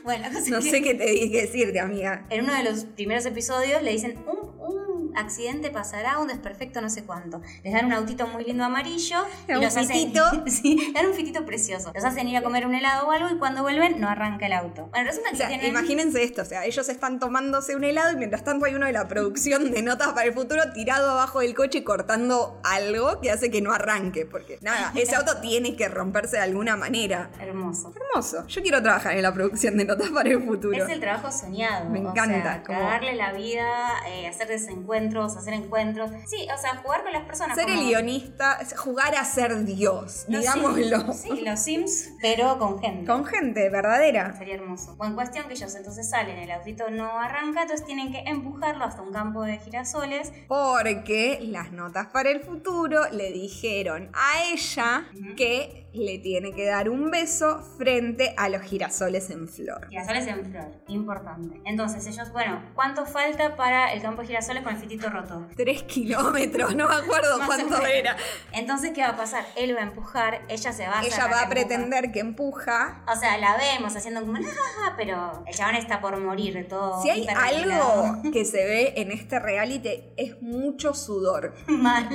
Bueno, la cosa es
no
que-
sé qué te qué decirte, amiga.
En uno de los primeros episodios le dicen un, un accidente pasará, un desperfecto no sé cuánto. Les dan un autito muy lindo amarillo y
Un
los
fitito.
hacen sí, dan un fitito precioso. Los hacen ir a comer un helado o algo y cuando vuelven no arranca el auto. Bueno, resulta que
O sea,
tienen
imagínense esto, o sea, ellos están tomándose un helado y mientras tanto hay uno de la producción de Notas para el Futuro tirado abajo del coche cortando algo que hace que no arranque, porque nada, ese auto tiene que romperse de alguna manera.
hermoso.
Hermoso, yo quiero trabajar en la producción de Notas para el Futuro.
Es el trabajo soñado.
Me
o
encanta,
sea,
como-
cagarle la vida, eh, hacer desencuentros, encuentros, hacer encuentros. Sí, o sea, jugar con las personas.
Ser
como-
el guionista, es jugar a ser Dios,
los
digámoslo.
Sims. Sí, los Sims, pero con gente.
Con gente verdadera.
Sería hermoso. Bueno, cuestión que ellos entonces salen, el autito no arranca, entonces tienen que empujarlo hasta un campo de girasoles.
Porque las notas para el futuro le dijeron a ella
Ujú.
que le tiene que dar un beso frente a los girasoles en flor.
Girasoles en flor, importante. Entonces ellos, bueno, ¿cuánto falta para el campo de girasoles con el fitito roto?
Tres kilómetros, no me acuerdo
Más o
cuánto
menos.
era.
Entonces, ¿qué va a pasar? Él va a empujar, ella se va a
Ella
cerrar
va a
empuja.
pretender que empuja.
O sea, la vemos haciendo como, "Ah", pero el chabón está por morir de todo.
Si hay
hiperventilado.
algo que se ve en este reality es mucho sudor.
mal.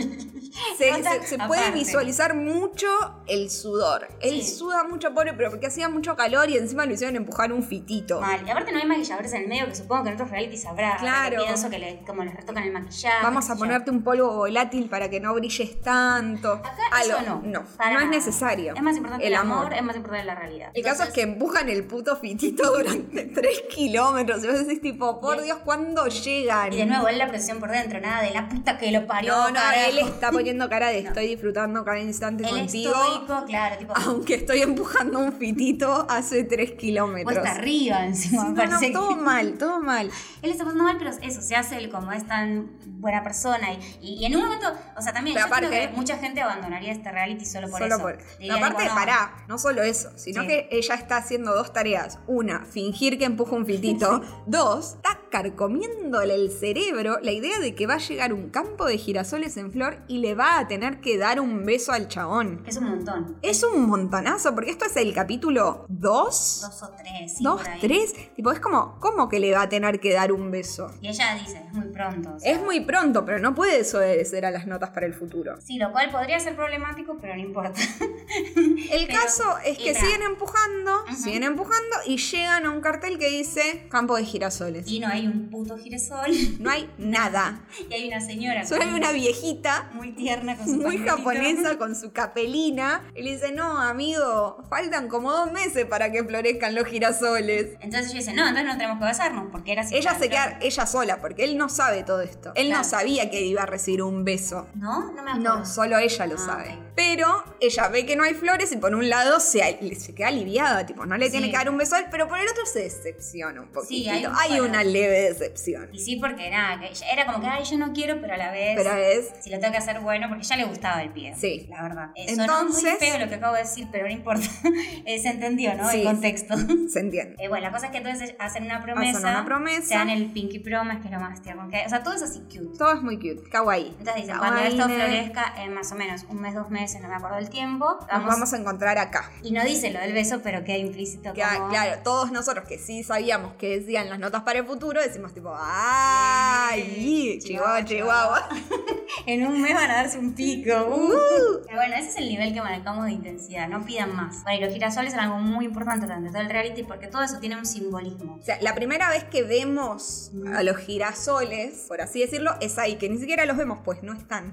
Se,
Nota-
se- se puede
aparte.
visualizar mucho el sudor. Él
Sí.
suda mucho, pobre, pero porque hacía mucho calor y encima lo hicieron empujar un fitito.
Mal. Y aparte no hay maquilladores en el medio, que supongo que en otros realities habrá.
Claro.
Que pienso que le- como les retocan el maquillaje.
Vamos
qué
a
sé yo.
ponerte un polvo volátil para que no brilles tanto.
Acá eso no.
No,
para
no es
nada.
necesario.
Es más importante el, amor. es más importante la realidad.
El caso es que empujan el puto fitito durante 3 kilómetros. Y vos decís, tipo, por
Bien.
Dios, ¿cuándo llegan?
Y de nuevo, él la presión por dentro, nada de la puta que lo parió.
no, no,
carajo.
él está poniendo cara de estoy disfrutando cada instante
Él es
contigo.
estoico, claro, tipo.
Aunque estoy empujando un fitito hace 3 kilómetros.
Cuesta arriba encima, me
No, no,
parece que-
todo mal, todo mal.
Él está pasando mal, pero eso, se hace él como es tan buena persona. Y, y- y en un momento, o sea, también
Pero
yo creo
aparte-
que mucha gente abandonaría este reality solo por
Solo
eso.
por-
Diría,
aparte,
tipo, no,
pará, no solo eso, sino
Sí.
que ella está haciendo dos tareas. Una, fingir que empuja un fitito. dos, está carcomiéndole el cerebro la idea de que va a llegar un campo de girasoles en flor y le va a tener que dar un beso al chabón.
Es un montón.
Es un montonazo, porque esto es el capítulo 2.
Dos o tres, sí,
2,
por ahí.
3. Tipo, es como, ¿cómo que le va a tener que dar un beso?
Y ella dice, es muy pronto. o sea,
Es muy pronto, pero no puede desobedecer a las notas para el futuro.
Sí, lo cual podría ser problemático, pero no importa.
El
Pero-
caso es
y
que
ta.
siguen empujando, siguen empujando y llegan a un cartel que dice campo de girasoles.
Y no hay un puto girasol.
No hay nada.
Y hay una señora.
Solo hay
con-
una viejita
Muy tierna con su
muy
pañuelito.
japonesa con su capelina y le dice, no, amigo, faltan como dos meses para que florezcan los girasoles.
Entonces ella dice, no, entonces no tenemos que besarnos, porque era así.
Ella se
Claro.
queda ella sola porque él no sabe todo esto. Él no
Claro.
sabía que iba a recibir un beso.
¿No? No me acuerdo.
No, solo ella lo
Ah,
sabe.
ok.
Pero ella ve que no hay flores y por un lado se, al- se queda aliviada, tipo, no le tiene
Sí.
que dar un beso a él, pero por el otro se decepciona un
Sí,
poquitito.
hay
hay,
un poco de-
una leve decepción.
Y sí, porque nada, que ella- era como que, ay, yo no quiero, pero a la vez...
Pero es.
Si lo tengo que hacer bueno, porque ya le gustaba el pie.
Sí.
La verdad. Eh, sonó
Entonces-
muy feo lo que acabo de decir, pero no importa. Eh, se entendió, ¿no?
Sí.
El contexto.
Se entiende.
Eh, bueno, la cosa es que entonces hacen una promesa.
una promesa.
Se dan el pinky promise, que es lo más tierno que hay. O sea, todo es así cute.
Todo es muy cute, kawaii.
Entonces dicen, cuando
Kawaii,
esto
ne.
florezca en más o menos un mes, dos meses, no me acuerdo el tiempo,
Nos
vamos,
vamos a encontrar acá.
Y no dice lo del beso, pero queda implícito
Que, ah,
como...
claro, todos nosotros que sí sabíamos que decían las notas para el futuro, decimos tipo, ¡ay!
Sí,
Chihuahua, Chihuahua.
Chihuahua, En un mes van a darse un pico.
Uh.
Pero bueno, ese es el nivel que manejamos de intensidad, no pidan más. Bueno, y los girasoles eran algo muy importante durante todo el reality porque todo eso tiene un simbolismo.
O sea, la primera vez que vemos a los girasoles, por así decirlo, es ahí, que ni siquiera los vemos, pues no están.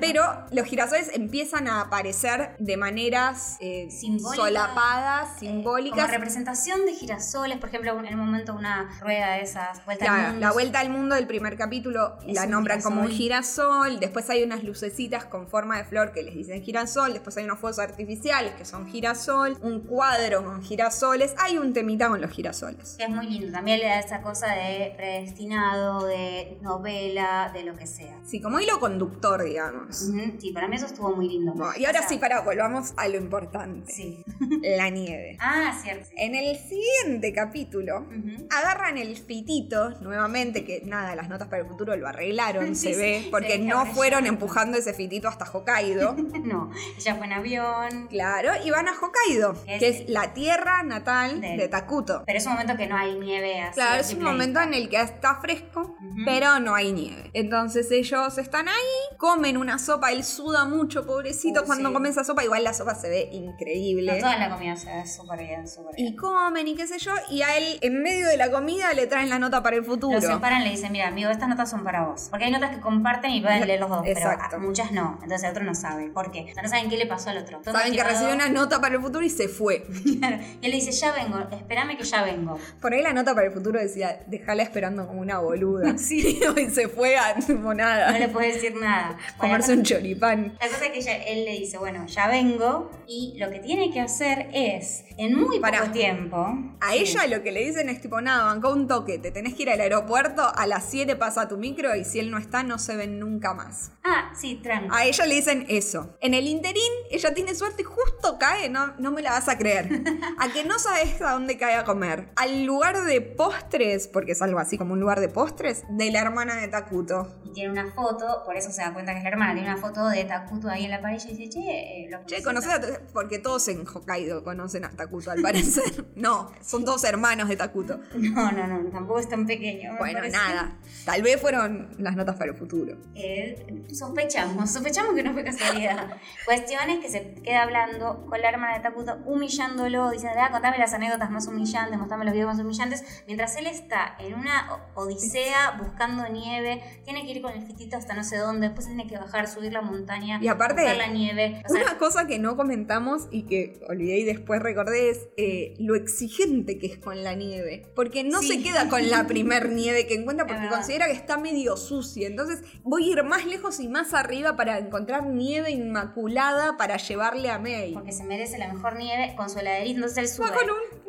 Pero los girasoles empiezan a aparecer de maneras eh,
Simbólicas.
solapadas,
Eh, Como
simbólicas.
representación de girasoles, por ejemplo, un- en un momento una rueda de esas, vuelta al
Claro,
mundo.
la vuelta al mundo del primer capítulo
Es
la
un
nombran como un girasol, después hay unas lucecitas con forma de flor que les dicen girasol, después hay unos fuegos artificiales que son girasol, un cuadro con girasoles, hay un temita con los girasoles.
que Es muy lindo, también le da esa cosa de predestinado, de novela, de lo que sea.
Sí, como hilo conductor, digamos.
Ujú, Sí, para mí eso estuvo muy lindo.
Bueno, y ahora
O sea,
sí, para volvamos a lo importante.
Sí.
La nieve.
Ah, cierto. sí.
En el siguiente capítulo,
Ujú.
agarran el fitito nuevamente, que nada, las notas para el futuro lo arreglaron,
Sí,
se ve,
sí,
porque
se ve,
no
ahora ya.
fueron empujando ese fitito hasta Hokkaido.
No, ella fue en avión.
Claro, y van a Hokkaido,
Es
que es
el-
la tierra natal
Del-
de Takuto.
Pero es un momento que no hay nieve así.
Claro,
a
es un
simple
momento en el que está fresco,
Ujú.
pero no hay nieve. Entonces ellos están ahí, comen una sopa, él suda mucho, exquisito
Uh,
cuando
sí.
comen esa sopa. Igual la sopa se ve increíble.
No, toda la comida se ve súper bien, súper bien.
y comen y qué sé yo. Y a él, en medio de la comida, le traen la nota para el futuro.
Lo separan y le dicen, mira, amigo, estas notas son para vos. Porque hay notas que comparten y pueden leer los dos,
Exacto.
pero ah, muchas no. Entonces el otro no sabe. ¿Por qué? O sea, no saben qué le pasó al otro. Todo
Saben que
motivado.
recibió una nota para el futuro y se fue.
Claro. Y él le dice, ya vengo, espérame que ya vengo.
Por ahí la nota para el futuro decía, dejala esperando como una boluda. Sí. y se fue a tipo nada.
No le puedes decir nada. Bueno,
comerse un choripán.
La cosa es que ella- él le dice, bueno, ya vengo. Y lo que tiene que hacer es, en muy
Pará.
poco tiempo...
A
Sí.
ella lo que le dicen es tipo, nada, bancó un toque, te tenés que ir al aeropuerto, a las 7 pasa tu micro y si él no está no se ven nunca más.
Ah, sí, tranquilo.
A ella le dicen eso. En el interín, ella tiene suerte y justo cae, no, no me la vas a creer. A que no sabes a dónde cae a comer. Al lugar de postres, porque es algo así como un lugar de postres, de la hermana de Takuto.
Y tiene una foto, por eso se da cuenta que es la hermana, tiene una foto de Takuto ahí en la pared y ella dice, che, eh, lo
Che, conoces a tu- Porque todos en Hokkaido conocen a Takuto, al parecer. No, son todos hermanos de Takuto.
No, no, no, tampoco es tan pequeño. me
Bueno,
parece.
nada. Tal vez fueron las notas para el futuro.
Eh, sospechamos, sospechamos que no fue casualidad. Cuestiones que se queda hablando con la hermana de Takuto, humillándolo, diciendo, ah, contame las anécdotas más humillantes, mostrame los videos más humillantes, mientras él está en una o- odisea buscando nieve, tiene que ir con el fitito hasta no sé dónde, después tiene que bajar, subir la montaña,
Y aparte-
buscar la nieve. O sea,
Una cosa que no comentamos y que olvidé y después recordé es eh, lo exigente que es con la nieve. Porque no
Sí.
se queda con la primer nieve que encuentra porque
verdad.
considera que está medio sucia. Entonces voy a ir más lejos y más arriba para encontrar nieve inmaculada para llevarle a May.
porque se merece la mejor nieve con su heladerita, entonces él sube.
Va con un...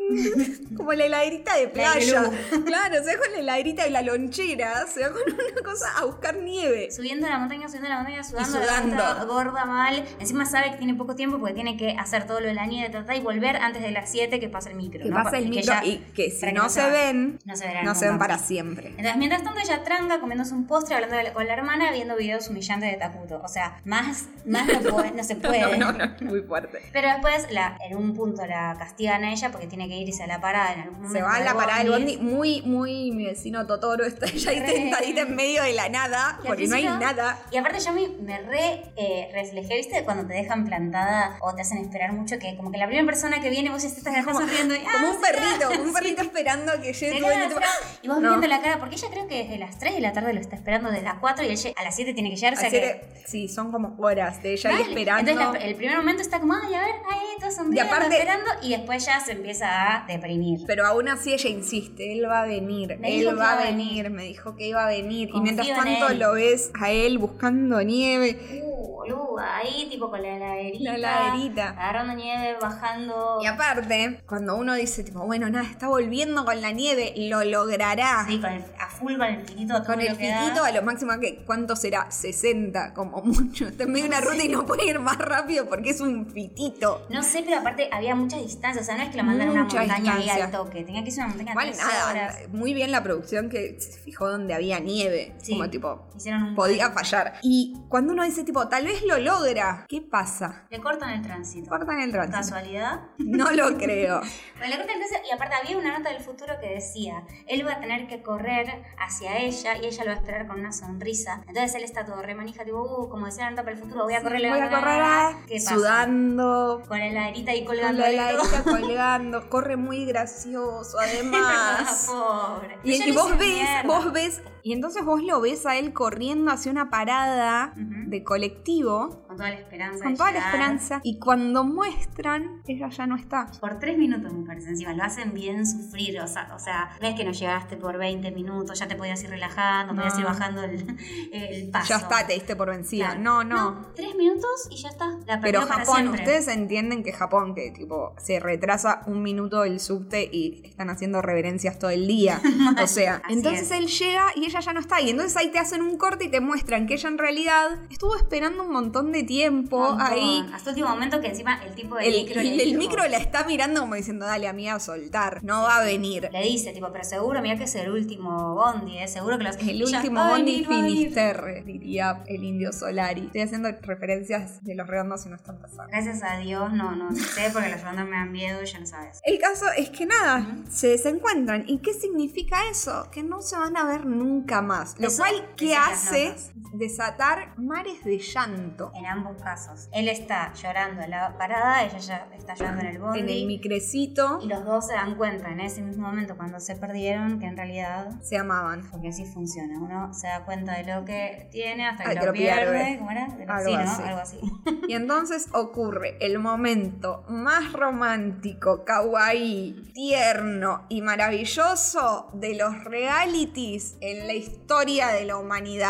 como la heladerita de
La
playa. Claro, se va con la heladerita y la lonchera. Se va con una cosa a buscar nieve.
Subiendo la montaña, subiendo la montaña, sudando,
sudando.
la gota, gorda mal. Encima sabe que tiene poco tiempo porque tiene que hacer todo lo de la nieve, tratar y volver antes de las 7 que pasa el micro.
Que
¿no?
pasa
Pa-
el
que
micro
ya-
y que si
para
no se
va-
ven,
no se verán.
no se ven
nunca
para
más.
siempre.
Entonces, mientras tanto, ella tranca comiéndose un postre, hablando de la- con la hermana, viendo videos humillantes de Takuto. O sea, más, más no, puede- no se puede.
No, no, no, muy fuerte.
Pero después, la, en un punto, la castigan a ella porque tiene que irse a la parada en algún momento.
Se va a
del
la parada del
bondi.
bondi, muy, muy mi vecino Totoro está ella ahí
Re.
sentadita en medio de la nada,
Y al
porque no hay
principio-
nada.
Y aparte yo me, me re eh, reflejé, ¿viste? Cuando te dejan plantada o te hacen esperar mucho, que como que la primera persona que viene vos ya te estás estás sonriendo y "Ah,
Como un
se acaba".
perrito, un perrito esperando a que llegue
Se
tu
acaba
dueño,
de
tipo,
hacer- Y vos
No.
viendo la cara, porque ella creo que desde las 3 de la tarde lo está esperando, desde las 4 y él lle- a las 7 tiene que llegar, o sea
así
que...
que, sí, son como horas de ella ahí
Dale.
esperando.
Entonces la- el primer momento está como, ay, a ver, ay, todos sonriendo,
Y aparte-
esperando, y después ya se empieza a deprimir.
Pero aún así ella insiste, él va a venir,
Me dijo
él
que
va a
iba a
venir, me dijo que iba a venir.
Confío
y mientras
en
tanto
él.
lo ves a él buscando nieve.
Uh, boluda, ahí tipo con la heladerita.
La heladerita.
Agarrando nieve, bajando...
Y aparte, cuando uno dice, tipo, bueno, nada, está volviendo con la nieve, lo logrará.
Sí, con el- a full con el fitito. todo
Con el
lo que da.
fitito a lo máximo que ¿cuánto será? 60 como mucho. Está en medio de
Ah,
una ruta y no puede ir más rápido porque es un fitito.
No sé, pero aparte había muchas distancias. O sea, no es que lo mandaron a una
Mucha
montaña ahí
distancia.
al toque. Tenía que irse a una montaña
Igual
tres horas.
nada, muy bien la producción que se fijó donde había nieve.
Sí.
Como tipo,
Hicieron un.
podía fallar. Y cuando uno dice tipo, tal vez lo logra, ¿qué pasa?
Le cortan el tránsito.
Cortan el tránsito.
Casualidad.
No lo creo.
Bueno, le cortan el tránsito. Y aparte había una nota del futuro que decía: él va a tener que correr hacia ella y ella lo va a esperar con una sonrisa. Entonces él está todo re manija, tipo, uh, como decía la nota para el futuro, voy a correr, le
Voy a
ganar.
correr ah,
¿Qué pasa?
sudando.
Con la heladerita ahí
Con
colgando.
la heladera colgando. Corre muy gracioso además.
Ah, Pobre.
Y,
Ella
y
le
vos
hizo
ves,
mierda.
vos ves, y entonces vos lo ves a él corriendo hacia una parada
Ujú.
de colectivo
Con toda la esperanza.
con
de
toda la
llegar.
esperanza y cuando muestran, ella ya no está.
Por tres minutos me parece encima, lo hacen bien sufrir, o sea, o sea, no es que no llegaste por 20 minutos, ya te podías ir relajando, podías
No.
ir bajando el, el paso.
Ya está, te diste por vencida.
Claro.
No, no.
Tres minutos y ya está, la perdió
Pero
para
Japón,
siempre.
ustedes entienden que Japón, que tipo, se retrasa un minuto el subte y están haciendo reverencias todo el día. o sea,
Así
entonces
es.
él llega y ella ya no está. Y entonces ahí te hacen un corte y te muestran que ella en realidad estuvo esperando un montón de tiempo
Un montón.
ahí.
Hasta el último momento que encima el tipo del
El,
micro
el-
le
el
dijo-
micro la está mirando como diciendo, dale amiga, soltar, no va a venir.
le dice, tipo, pero seguro, mira que es el último bondi, ¿eh? seguro que los...
El
y ya,
último
"Ay,
Bondi
no va a ir".
Finisterre, diría el indio Solari. Estoy haciendo referencias de los redondos y no están pasando.
Gracias a Dios, no, no sé, porque los rondas me dan miedo y ya lo sabes.
El caso es que nada, se desencuentran. ¿Y qué significa eso? Que no se van a ver nunca más. Lo
Eso
cual, ¿qué
dicen las
hace?
notas.
Desatar mares de llanto.
En ambos casos. Él está llorando en la parada, ella ya está llorando en el bondi.
En el micrecito
Y los dos se dan cuenta en ese mismo momento cuando se perdieron que en realidad,
se amaban.
porque así funciona, uno se da cuenta de lo que tiene hasta que
Ay,
lo
que lo
pierde,
pierde.
¿cómo era? De lo-
Algo
sí, ¿no?
así.
Algo así.
Y entonces ocurre el momento más romántico, kawaii, tierno y maravilloso de los realities en la historia de la humanidad.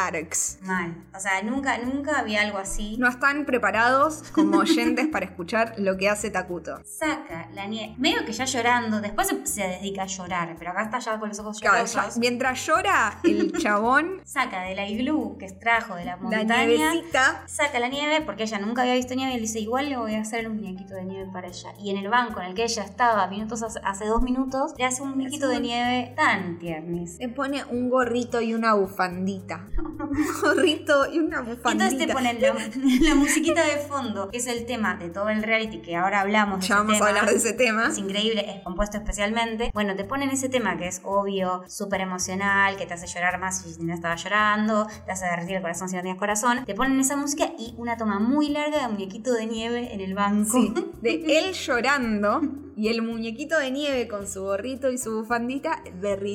Mal. O sea, nunca, nunca había algo así.
No están preparados como oyentes para escuchar lo que hace Takuto.
Saca la nieve. Medio que ya llorando, después se, se dedica a llorar, pero acá está ya con los ojos
Claro,
llorosos.
ya- mientras llora el chabón,
Saca de la iglú que trajo de la
la
montaña.
nievecita,
saca la nieve porque ella nunca había visto nieve y le dice igual le voy a hacer un muñequito de nieve para ella y en el banco en el que ella estaba minutos hace, hace dos minutos le hace un muñequito de nieve tan tiernis
le pone un gorrito y una bufandita. Un gorrito y una
Y
bufandita.
entonces te ponen la, la musiquita de fondo, que es el tema de todo el reality que ahora hablamos. de
Ya
ese
vamos
tema.
a hablar de ese tema.
Es increíble, es compuesto especialmente. Bueno, te ponen ese tema que es obvio, súper emocional, que te hace llorar más si no estaba llorando, te hace derretir el corazón si no tenías corazón. Te ponen esa música y una toma muy larga de muñequito de nieve en el banco.
Sí, de él llorando y el muñequito de nieve con su gorrito y su bufandita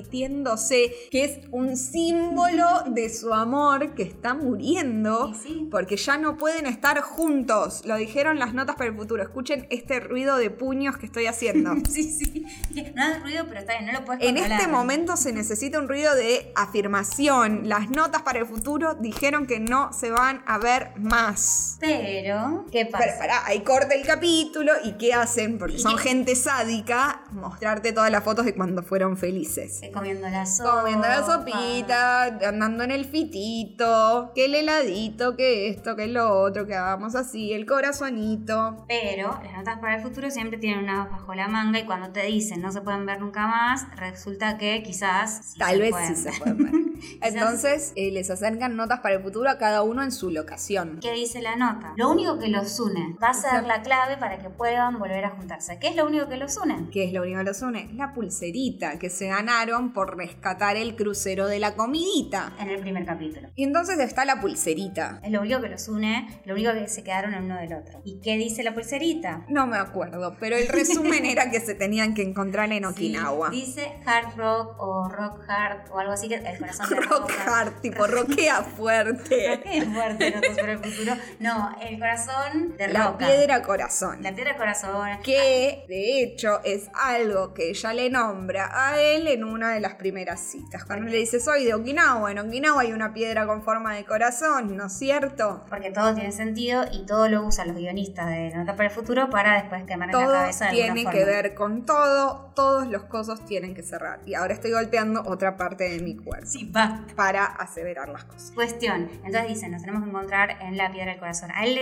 derritiéndose, que es un símbolo de su amor que está muriendo.
Y sí.
Porque ya no pueden estar juntos. Lo dijeron las notas para el futuro. Escuchen este ruido de puños que estoy haciendo.
Sí, sí. No hagas ruido, pero está bien, no lo puedes
En
controlar.
este momento se necesita un ruido de afirmación. Las notas para el futuro dijeron que no se van a ver más.
Pero, ¿qué pasa?
Pero pará, ahí corta el capítulo y ¿qué hacen? Porque son gente sádica, mostrarte todas las fotos de cuando fueron felices.
Eh, Comiendo la sopa.
Comiendo la sopita, andando en el fitito, que el heladito, que esto, que lo otro, que hagamos así, el corazonito.
Pero las notas para el futuro siempre tienen una bajo la manga y cuando te dicen no se pueden ver nunca más, resulta que quizás... sí
Tal
se
vez
pueden
sí se
ver.
pueden ver. Entonces eh, les acercan notas para el futuro a cada uno en su locación.
¿Qué dice la nota? Lo único que los une va a ser la clave para que puedan volver a juntarse. ¿Qué es lo único que los une?
¿Qué es lo único que los une? La pulserita que se ganaron por rescatar el crucero de la comidita.
En el primer capítulo.
Y entonces está la pulserita.
Es lo único que los une, lo único que se quedaron el uno del otro. ¿Y qué dice la pulserita?
No me acuerdo, pero el resumen era que se tenían que encontrar en Okinawa.
Sí, dice hard rock o rock hard o algo así que el corazón te
Rock
roca.
hard, tipo roquea
Rock
fuerte.
es fuerte, no sobre el futuro. No, el corazón de
La
roca.
piedra corazón.
La piedra corazón.
Que de hecho es algo que ella le nombra a él en una de las primeras citas. Cuando le dice soy de Okinawa, en Okinawa hay una piedra con forma de corazón, ¿no es cierto?
Porque todo tiene sentido y todo lo usan los guionistas de Nota para el Futuro para después quemar en la
Todo
cabeza de alguna
tiene
forma.
que ver con todo, todos los cosos tienen que cerrar. Y ahora estoy golpeando otra parte de mi cuerpo
Sí, basta.
para aseverar las cosas.
Cuestión. Entonces dicen, nos tenemos que encontrar en la piedra del corazón. A él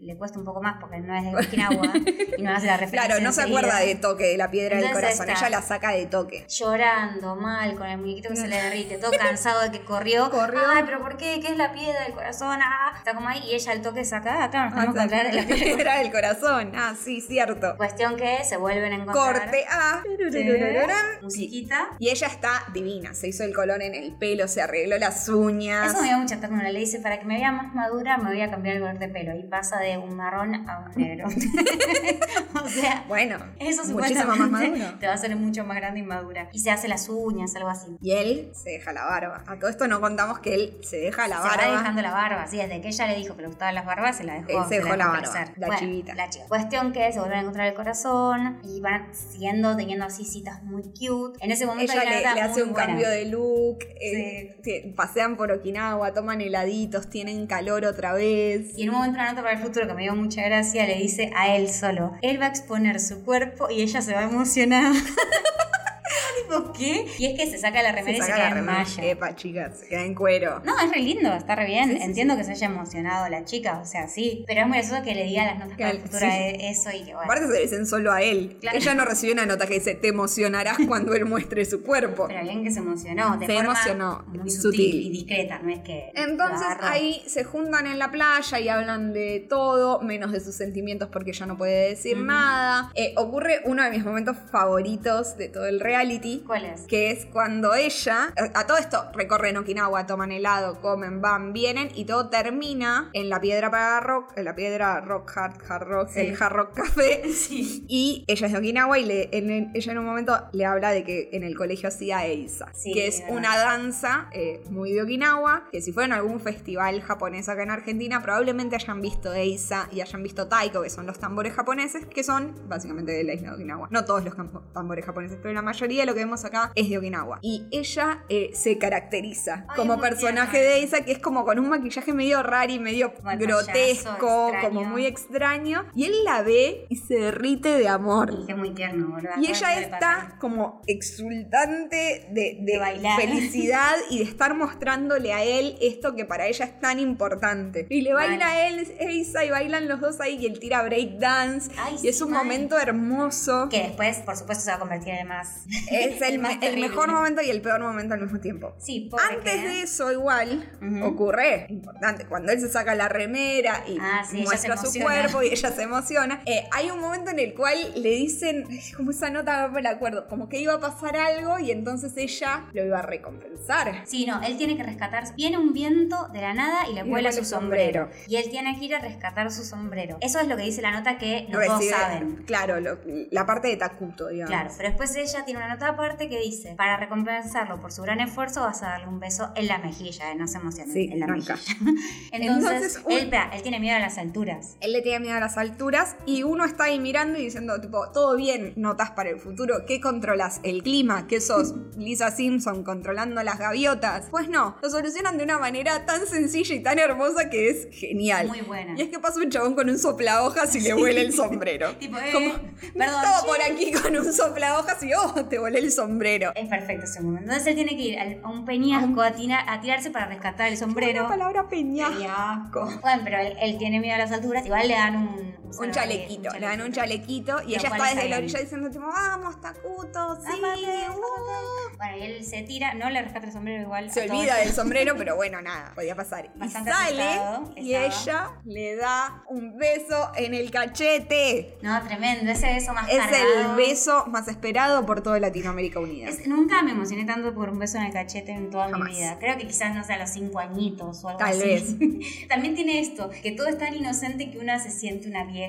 le, le cuesta un poco más porque no es de Okinawa y no hace la referencia.
Claro, no se
enseguida.
acuerda de toque de la piedra del
Entonces
corazón.
está.
Ella la saca de toque.
llorando mal con el muñequito que se le derrite, todo cansado de que corrió.
Corrió.
Ay, pero ¿por qué? ¿Qué es la piedra del corazón? Ah, está como ahí y ella al toque saca, ah, claro, nos tenemos que hablar de la
la
piedra. del
piedra del corazón. Ah, sí, cierto.
corazón. Cuestión que se vuelven a encontrar.
Corte A.
Sí. Musiquita.
Y ella está divina. Se hizo el color en el pelo, se arregló las uñas.
Eso me dio mucha ternura. Le dice, para que me vea más madura, me voy a cambiar el color de pelo. Y pasa de un marrón a un negro. o sea,
Bueno,
eso
muchísimo más
supuestamente
maduro.
te va a hacer mucho más grande y madura. Y se hace las uñas, algo así.
Y él se deja la barba. A todo esto no contamos que él se deja la
Se va
barba.
dejando la barba, sí, desde que ella le dijo que le gustaban las barbas, se la dejó.
Él se dejó la barba,
crecer.
la chivita.
La chiva. Cuestión que se vuelven a encontrar el corazón y van siguiendo teniendo así citas muy cute. En ese momento
Ella
hay una
le,
nota
le hace
muy
un
buena.
cambio de look, eh, se- pasean por Okinawa, toman heladitos, tienen calor otra vez.
Y en un momento una nota para el futuro que me dio mucha gracia le dice a él solo, él va a exponer su cuerpo y ella se va a emocionar. tipo, ¿qué? Y es que se saca la remera
Se
y se
saca
queda
la
en
remera. Eh.
malla.
Epa, chicas, se queda en cuero.
No, es re lindo, está re bien. Entiendo que se haya emocionado la chica, o sea, sí. Pero es muy gracioso que le diga a las notas
Que
para el
al-
futuro
sí.
e- eso y que bueno.
Aparte se le dicen solo a él.
Claro.
Ella no recibió una nota que dice, te emocionarás cuando él muestre su cuerpo.
Pero bien que se emocionó. De
Se
forma
emocionó,
Muy
y
sutil,
sutil.
y discreta, no es que.
Entonces
lo agarró.
ahí se juntan en la playa y hablan de todo, menos de sus sentimientos porque ella no puede decir nada. Eh, ocurre uno de mis momentos favoritos de todo el reality.
¿Cuál Flores.
que es cuando ella, a todo esto recorren Okinawa, toman helado, comen, van, vienen y todo termina en la piedra para rock, en la piedra rock hard, hard rock,
Sí.
el hard rock café.
Sí.
Y ella es de Okinawa y le- en- en- ella en un momento le habla de que en el colegio hacía Eisa,
Sí,
que es
verdad.
una danza eh, muy de Okinawa, que si fueron a algún festival japonés acá en Argentina, probablemente hayan visto Eisa y hayan visto Taiko, que son los tambores japoneses, que son básicamente de la isla de Okinawa. No todos los campo- tambores japoneses, pero la mayoría de lo que vemos acá es de Okinawa. Y ella eh, se caracteriza
Ay,
como
muy
personaje
tierna.
de Eisa, que es como con un maquillaje medio raro y medio
Pantallazo,
grotesco,
extraño.
como muy extraño. Y él la ve y se derrite de amor.
Y que muy tierno, boludo.
Y
Todo
ella
eso le
está
pasa.
como exultante de, de
De bailar.
felicidad y de estar mostrándole a él esto que para ella es tan importante. Y le
Mal.
baila a él, Eisa, y bailan los dos ahí y él tira breakdance.
Ay,
Y es
sí,
un
mal.
momento hermoso.
Que después, por supuesto, se va a convertir en el más.
Es el,
más
me- el
terrible.
mejor momento y el peor momento al mismo tiempo.
Sí, pobre
Antes
que-
de eso, igual,
Ujú.
ocurre, importante, cuando él se saca la remera y
Ah, sí, ella
muestra
se
su
emociona.
cuerpo y ella se emociona, eh, hay un momento en el cual le dicen, ay, como esa nota, no me la acuerdo, como que iba a pasar algo y entonces ella lo iba a recompensar.
Sí, no, él tiene que rescatar. Viene un viento de la nada y le
Y le
vuela
vuela
su
el
sombrero.
sombrero.
Y él tiene que ir a rescatar su sombrero. Eso es lo que dice la nota que no todos
Recibe-
saben.
Claro, lo- la parte de Takuto, digamos.
Claro, pero después ella tiene una nota aparte que dice, para recompensarlo por su gran esfuerzo vas a darle un beso en la mejilla, eh, no se emocionen,
Sí,
en la
nunca.
mejilla. Entonces,
Entonces, un-
él, pará, él tiene miedo a las alturas.
Él le tiene miedo a las alturas y uno está ahí mirando y diciendo, tipo, todo bien, notas para el futuro, ¿qué controlas? ¿El clima? ¿Qué sos? Lisa Simpson controlando las gaviotas. Pues no, lo solucionan de una manera tan sencilla y tan hermosa que es genial.
Muy buena.
Y es que pasa un chabón con un sopla hojas y le vuela el sombrero.
Tipo, eh,
Como,
perdón.
estaba por aquí con un sopla hojas y oh, te volé el sombrero.
Es perfecto ese momento. Entonces él tiene que ir al- a un peñasco a, tirar- a tirarse para rescatar el sombrero.
Una palabra peña.
Peñasco. Bueno, pero él, él tiene miedo a las alturas. Igual le dan un...
Un chalequito, le dan un chalequito y
Lo
ella
cual
está
está
desde la
bien.
orilla diciendo tipo, vamos, Takuto, sí,
Amate,
uh".
Bueno, y él se tira, no le rescata el sombrero igual.
Se
a todo
olvida
esto.
del sombrero, pero bueno, nada, podía pasar. Y
Bastante
sale
asustado
y
estaba.
ella le da un beso en el cachete.
No, tremendo, ese beso más
Es
cargado.
el beso más esperado por toda Latinoamérica Unida.
Es- nunca me emocioné tanto por un beso en el cachete en toda
Jamás.
mi vida. Creo que quizás no sea a los cinco añitos o algo
Tal
así.
vez.
También tiene esto, que todo es tan inocente que una se siente una vieja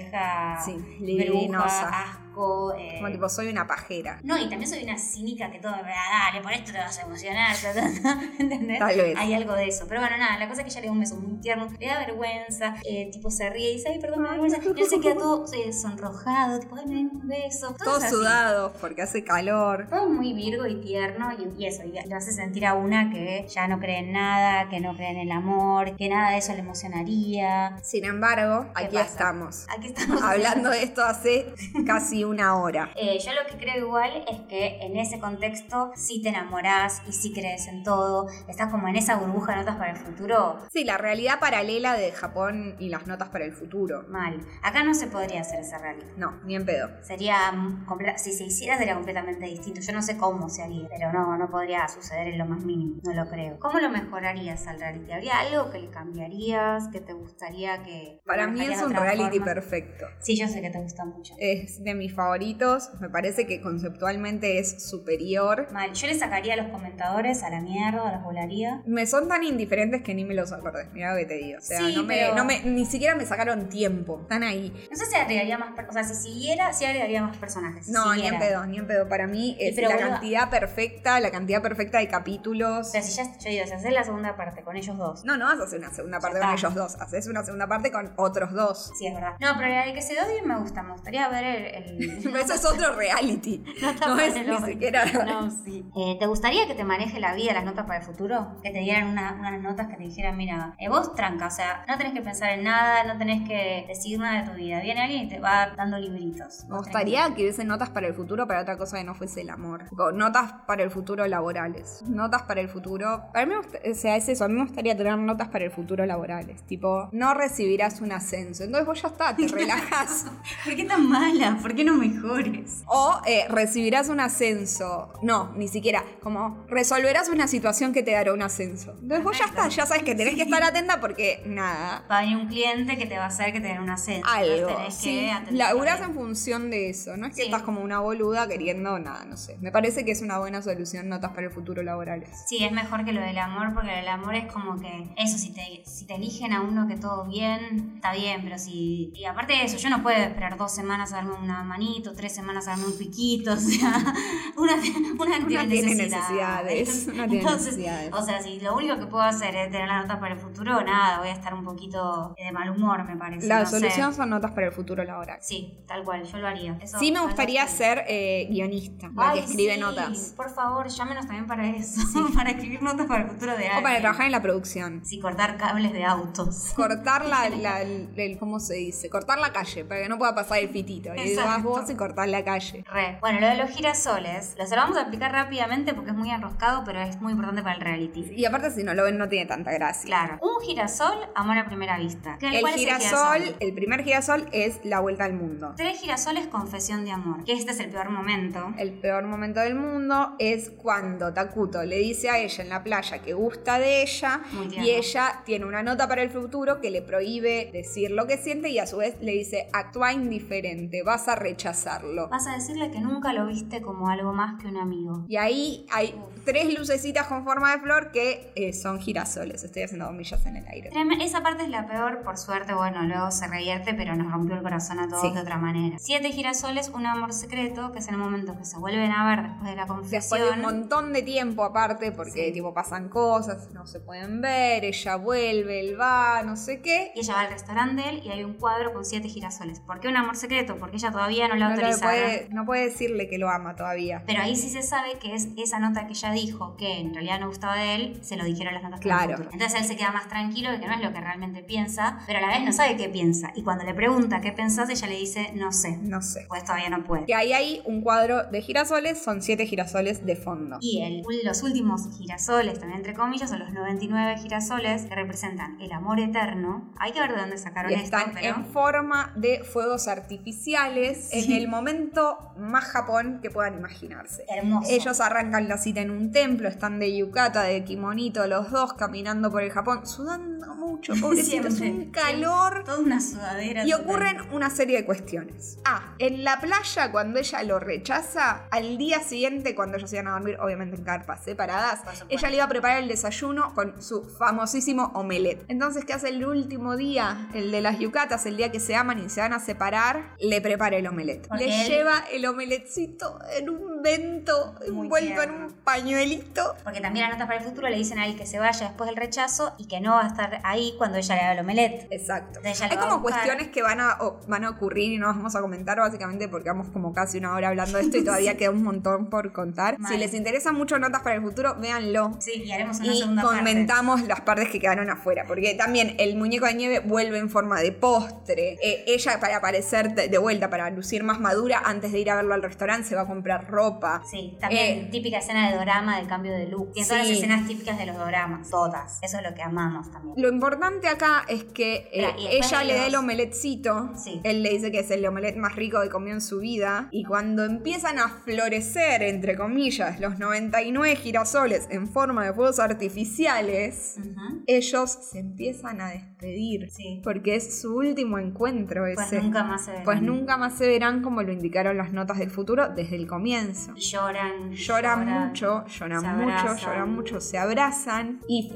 Sí,
bruja,
libidinosa.
asco. eh,
Como tipo, soy una pajera.
No, y también soy una cínica que todo, "Ah, dale, por esto te vas a emocionar, ta, ta, ta", ¿entendés?
Tal vez.
Hay algo de eso. Pero bueno, nada, la cosa es que ella le da un beso muy tierno, le da vergüenza, eh, tipo se ríe y dice, ay, perdón, me da vergüenza. Y él se queda todo eh, sonrojado, tipo, ay, me da un beso.
Todos
es así.
sudados porque hace calor.
Todo muy virgo y tierno y, y eso, y lo hace sentir a una que ya no cree en nada, que no cree en el amor, que nada de eso le emocionaría.
Sin embargo,
¿Qué
aquí
pasa?
estamos.
Aquí estamos
Hablando de esto hace casi una hora.
Eh, yo lo que creo igual es que en ese contexto sí te enamorás y sí crees en todo, estás como en esa burbuja de notas para el futuro,
Sí, la realidad paralela de Japón y las notas para el futuro.
mal. Acá no se podría hacer esa realidad.
No, ni en pedo.
Sería, mm, comple- si se hiciera sería completamente distinto. Yo no sé cómo se haría, pero no, no podría suceder en lo más mínimo, no lo creo. ¿Cómo lo mejorarías al reality? ¿Habría algo que le cambiarías, que te gustaría que...
Para mí es
manejarías de
un
otra
reality
forma?
perfecto.
Sí, yo sé que te gusta mucho.
es de mis favoritos. Me parece que conceptualmente es superior.
Mal, yo le sacaría a los comentadores a la mierda, los volaría.
Me son tan indiferentes que ni me los acordé. Mira lo que te digo. O sea,
Sí,
no me,
pero-
no me- ni siquiera me sacaron tiempo. Están ahí.
No sé si agregaría más, per- o sea, si siguiera, sí agregaría más personajes. si
No, ni
siguiera.
en pedo, ni en pedo. Para mí es
pero,
la
boluda-
cantidad perfecta, la cantidad perfecta de capítulos.
Pero si ya, yo digo, si haces la segunda parte con ellos dos.
No, no vas a hacer una segunda parte
Ya
con
está.
ellos dos. Haces una segunda parte con otros dos.
Sí, es verdad. No, pero la de que se odien me gusta, me gustaría ver el... el-
Pero eso es otro reality. No es
el otro.
ni siquiera.
No, sí. Eh, ¿Te gustaría que te maneje la vida las notas para el futuro? Que te dieran una- unas notas que te dijeran, mira, eh, vos tranca, o sea, no tenés que pensar en nada, no tenés que decir nada de tu vida. Viene alguien y te va dando libritos.
Me gustaría que hubiesen notas para el futuro para otra cosa que no fuese el amor. Tipo, notas para el futuro laborales. Notas para el futuro. Para mí, me gust- o sea, es eso. A mí me gustaría tener notas para el futuro laborales. Tipo, no recibirás un ascenso. Entonces vos ya está, te relajas.
¿Por qué tan mala? ¿Por qué menos mejores.
O eh, recibirás un ascenso. No, ni siquiera. Como resolverás una situación que te dará un ascenso. Entonces vos ya
Perfecto.
estás, ya sabes que tenés que estar atenta porque nada.
Va a venir un cliente que te va a hacer que te den un ascenso.
Algo.
Tenés que
Sí,
atender
laburás
con
en función de eso. No es que
Sí.
estás como una boluda queriendo nada, no sé. Me parece que es una buena solución notas para el futuro laborales.
Sí, es mejor que lo del amor, porque el amor es como que eso, si te, si te eligen a uno que todo bien, está bien, pero si... Y aparte de eso, yo no puedo esperar dos semanas a darme una manito, tres semanas a darme un piquito, o sea, una, una, no
tiene necesidades, no tiene
Entonces,
necesidades.
O sea, si lo único que puedo hacer es tener las notas para el futuro, nada, voy a estar un poquito de mal humor, me parece.
La
no sé.
solución son notas para el futuro laboral.
Sí, tal cual, yo lo haría. Eso-
Sí me
algo
gustaría
así.
ser eh, guionista, la que
Ay,
escribe
sí,
notas.
Por favor, llámenos también para eso, para escribir notas para el futuro de
O
alguien.
para trabajar en la producción.
Sí, cortar cables de autos.
Cortar la, la- el- ¿cómo se dice? Cortar la calle, para que no pueda pasar el fitito. Y vas
Exacto.
vos y cortar la calle.
Re. Bueno, lo de los girasoles, lo se lo vamos a aplicar rápidamente porque es muy enroscado, pero es muy importante para el reality.
Y aparte si no lo ven no tiene tanta gracia.
Claro. Un girasol, amor a primera vista. ¿Qué-
El
cuál es
girasol, el primer girasol es la vuelta al mundo.
Tres girasoles, confesión de amor. Que este es el peor momento.
El peor momento del mundo es cuando Takuto le dice a ella en la playa que gusta de ella
Muy tierno.
y ella tiene una nota para el futuro que le prohíbe decir lo que siente y a su vez le dice actúa indiferente, vas a rechazarlo.
Vas a decirle que nunca lo viste como algo más que un amigo.
Y ahí hay tres lucecitas con forma de flor que eh, son girasoles. Estoy haciendo bombillas en el aire.
Trem- Esa parte es la peor, por suerte, bueno, luego se revierte, pero nos rompió el corazón a todos
Sí.
de otra manera. Siete girasoles, un amor secreto, que es el momento que se vuelven a ver después de la confesión.
Después de un montón de tiempo aparte, porque
Sí.
tipo pasan cosas, no se pueden ver, ella vuelve, él va, no sé qué.
Y ella va al restaurante de él y hay un cuadro con siete girasoles. ¿Por qué un amor secreto? Porque ella todavía no lo
No, le
autorizaba.
puede, no puede decirle que lo ama todavía.
Pero ahí sí se sabe que es esa nota que ella dijo que en realidad no gustaba de él, se lo dijeron las notas para el
Claro.
futuro. Entonces él se queda más tranquilo de que no es lo que realmente piensa, pero a la vez no sabe qué piensa. Y cuando le pregunta qué pensás, ella le dice, no sé,
No sé.
pues todavía no puede.
Que ahí hay un cuadro de girasoles, son siete girasoles de fondo.
Y el- los últimos girasoles, también entre comillas, son los 99 girasoles que representan el amor eterno. Hay que ver de dónde sacaron
Y
esto,
están
pero...
en forma de fuegos artificiales en
Sí.
el momento más Japón que puedan imaginarse.
Hermoso.
Ellos arrancan la cita en un templo, están de yukata, de kimonito, los dos caminando por el Japón, sudando mucho, pobrecitos,
Siempre.
un calor.
Toda una sudadera.
Y
total.
ocurren una serie de cuestiones. Ah, en la playa, cuando ella lo rechaza, al día siguiente, cuando ellos iban a dormir, obviamente en carpas separadas,
Por supuesto.
ella le iba a preparar el desayuno con su famosísimo omelette. Entonces, ¿qué hace el último día? El de las yucatas, el día que se aman y se van a separar, le prepara el omelette.
Porque
le
él-
lleva el omeletcito en un vento,
Muy
envuelto en
tierno.
un pañuelito.
Porque también las notas para el futuro le dicen a él que se vaya después del rechazo y que no va a estar ahí cuando ella le haga el omelette.
Exacto.
Entonces ella lo
Hay
va a
como
buscar.
cuestiones que van a, o- van a ocurrir y no las vamos a comentar básicamente porque vamos como casi una hora hablando de esto y todavía queda un montón por contar.
Mal.
Si les interesan mucho notas para el futuro, véanlo.
Sí, y haremos una
Y
segunda parte.
comentamos las partes que quedaron afuera, porque también el muñeco de nieve vuelve en forma de postre. Eh, ella para aparecer de de vuelta, para lucir más madura, antes de ir a verlo al restaurante, se va a comprar ropa.
Sí, también
Eh,
típica escena de dorama del cambio de look. Y todas
Sí.
las escenas típicas de los doramas. Todas. Eso es lo que amamos también.
Lo importante acá es que eh,
Espera, y después
ella
de
le da
los-
el omeletcito.
Sí.
Él le dice que es el omelet más rico que comió en su vida. Y cuando empiezan a florecer, entre comillas, los 99 girasoles en forma de fuegos artificiales,
Ujú.
ellos se empiezan a despedir.
Sí.
Porque es su último encuentro ese.
Pues nunca más se verán.
Pues nunca más se verán como lo indicaron las notas del futuro desde el comienzo.
Y lloran. y
Lloran mucho, lloran
se
mucho,
abrazan.
lloran mucho, se abrazan y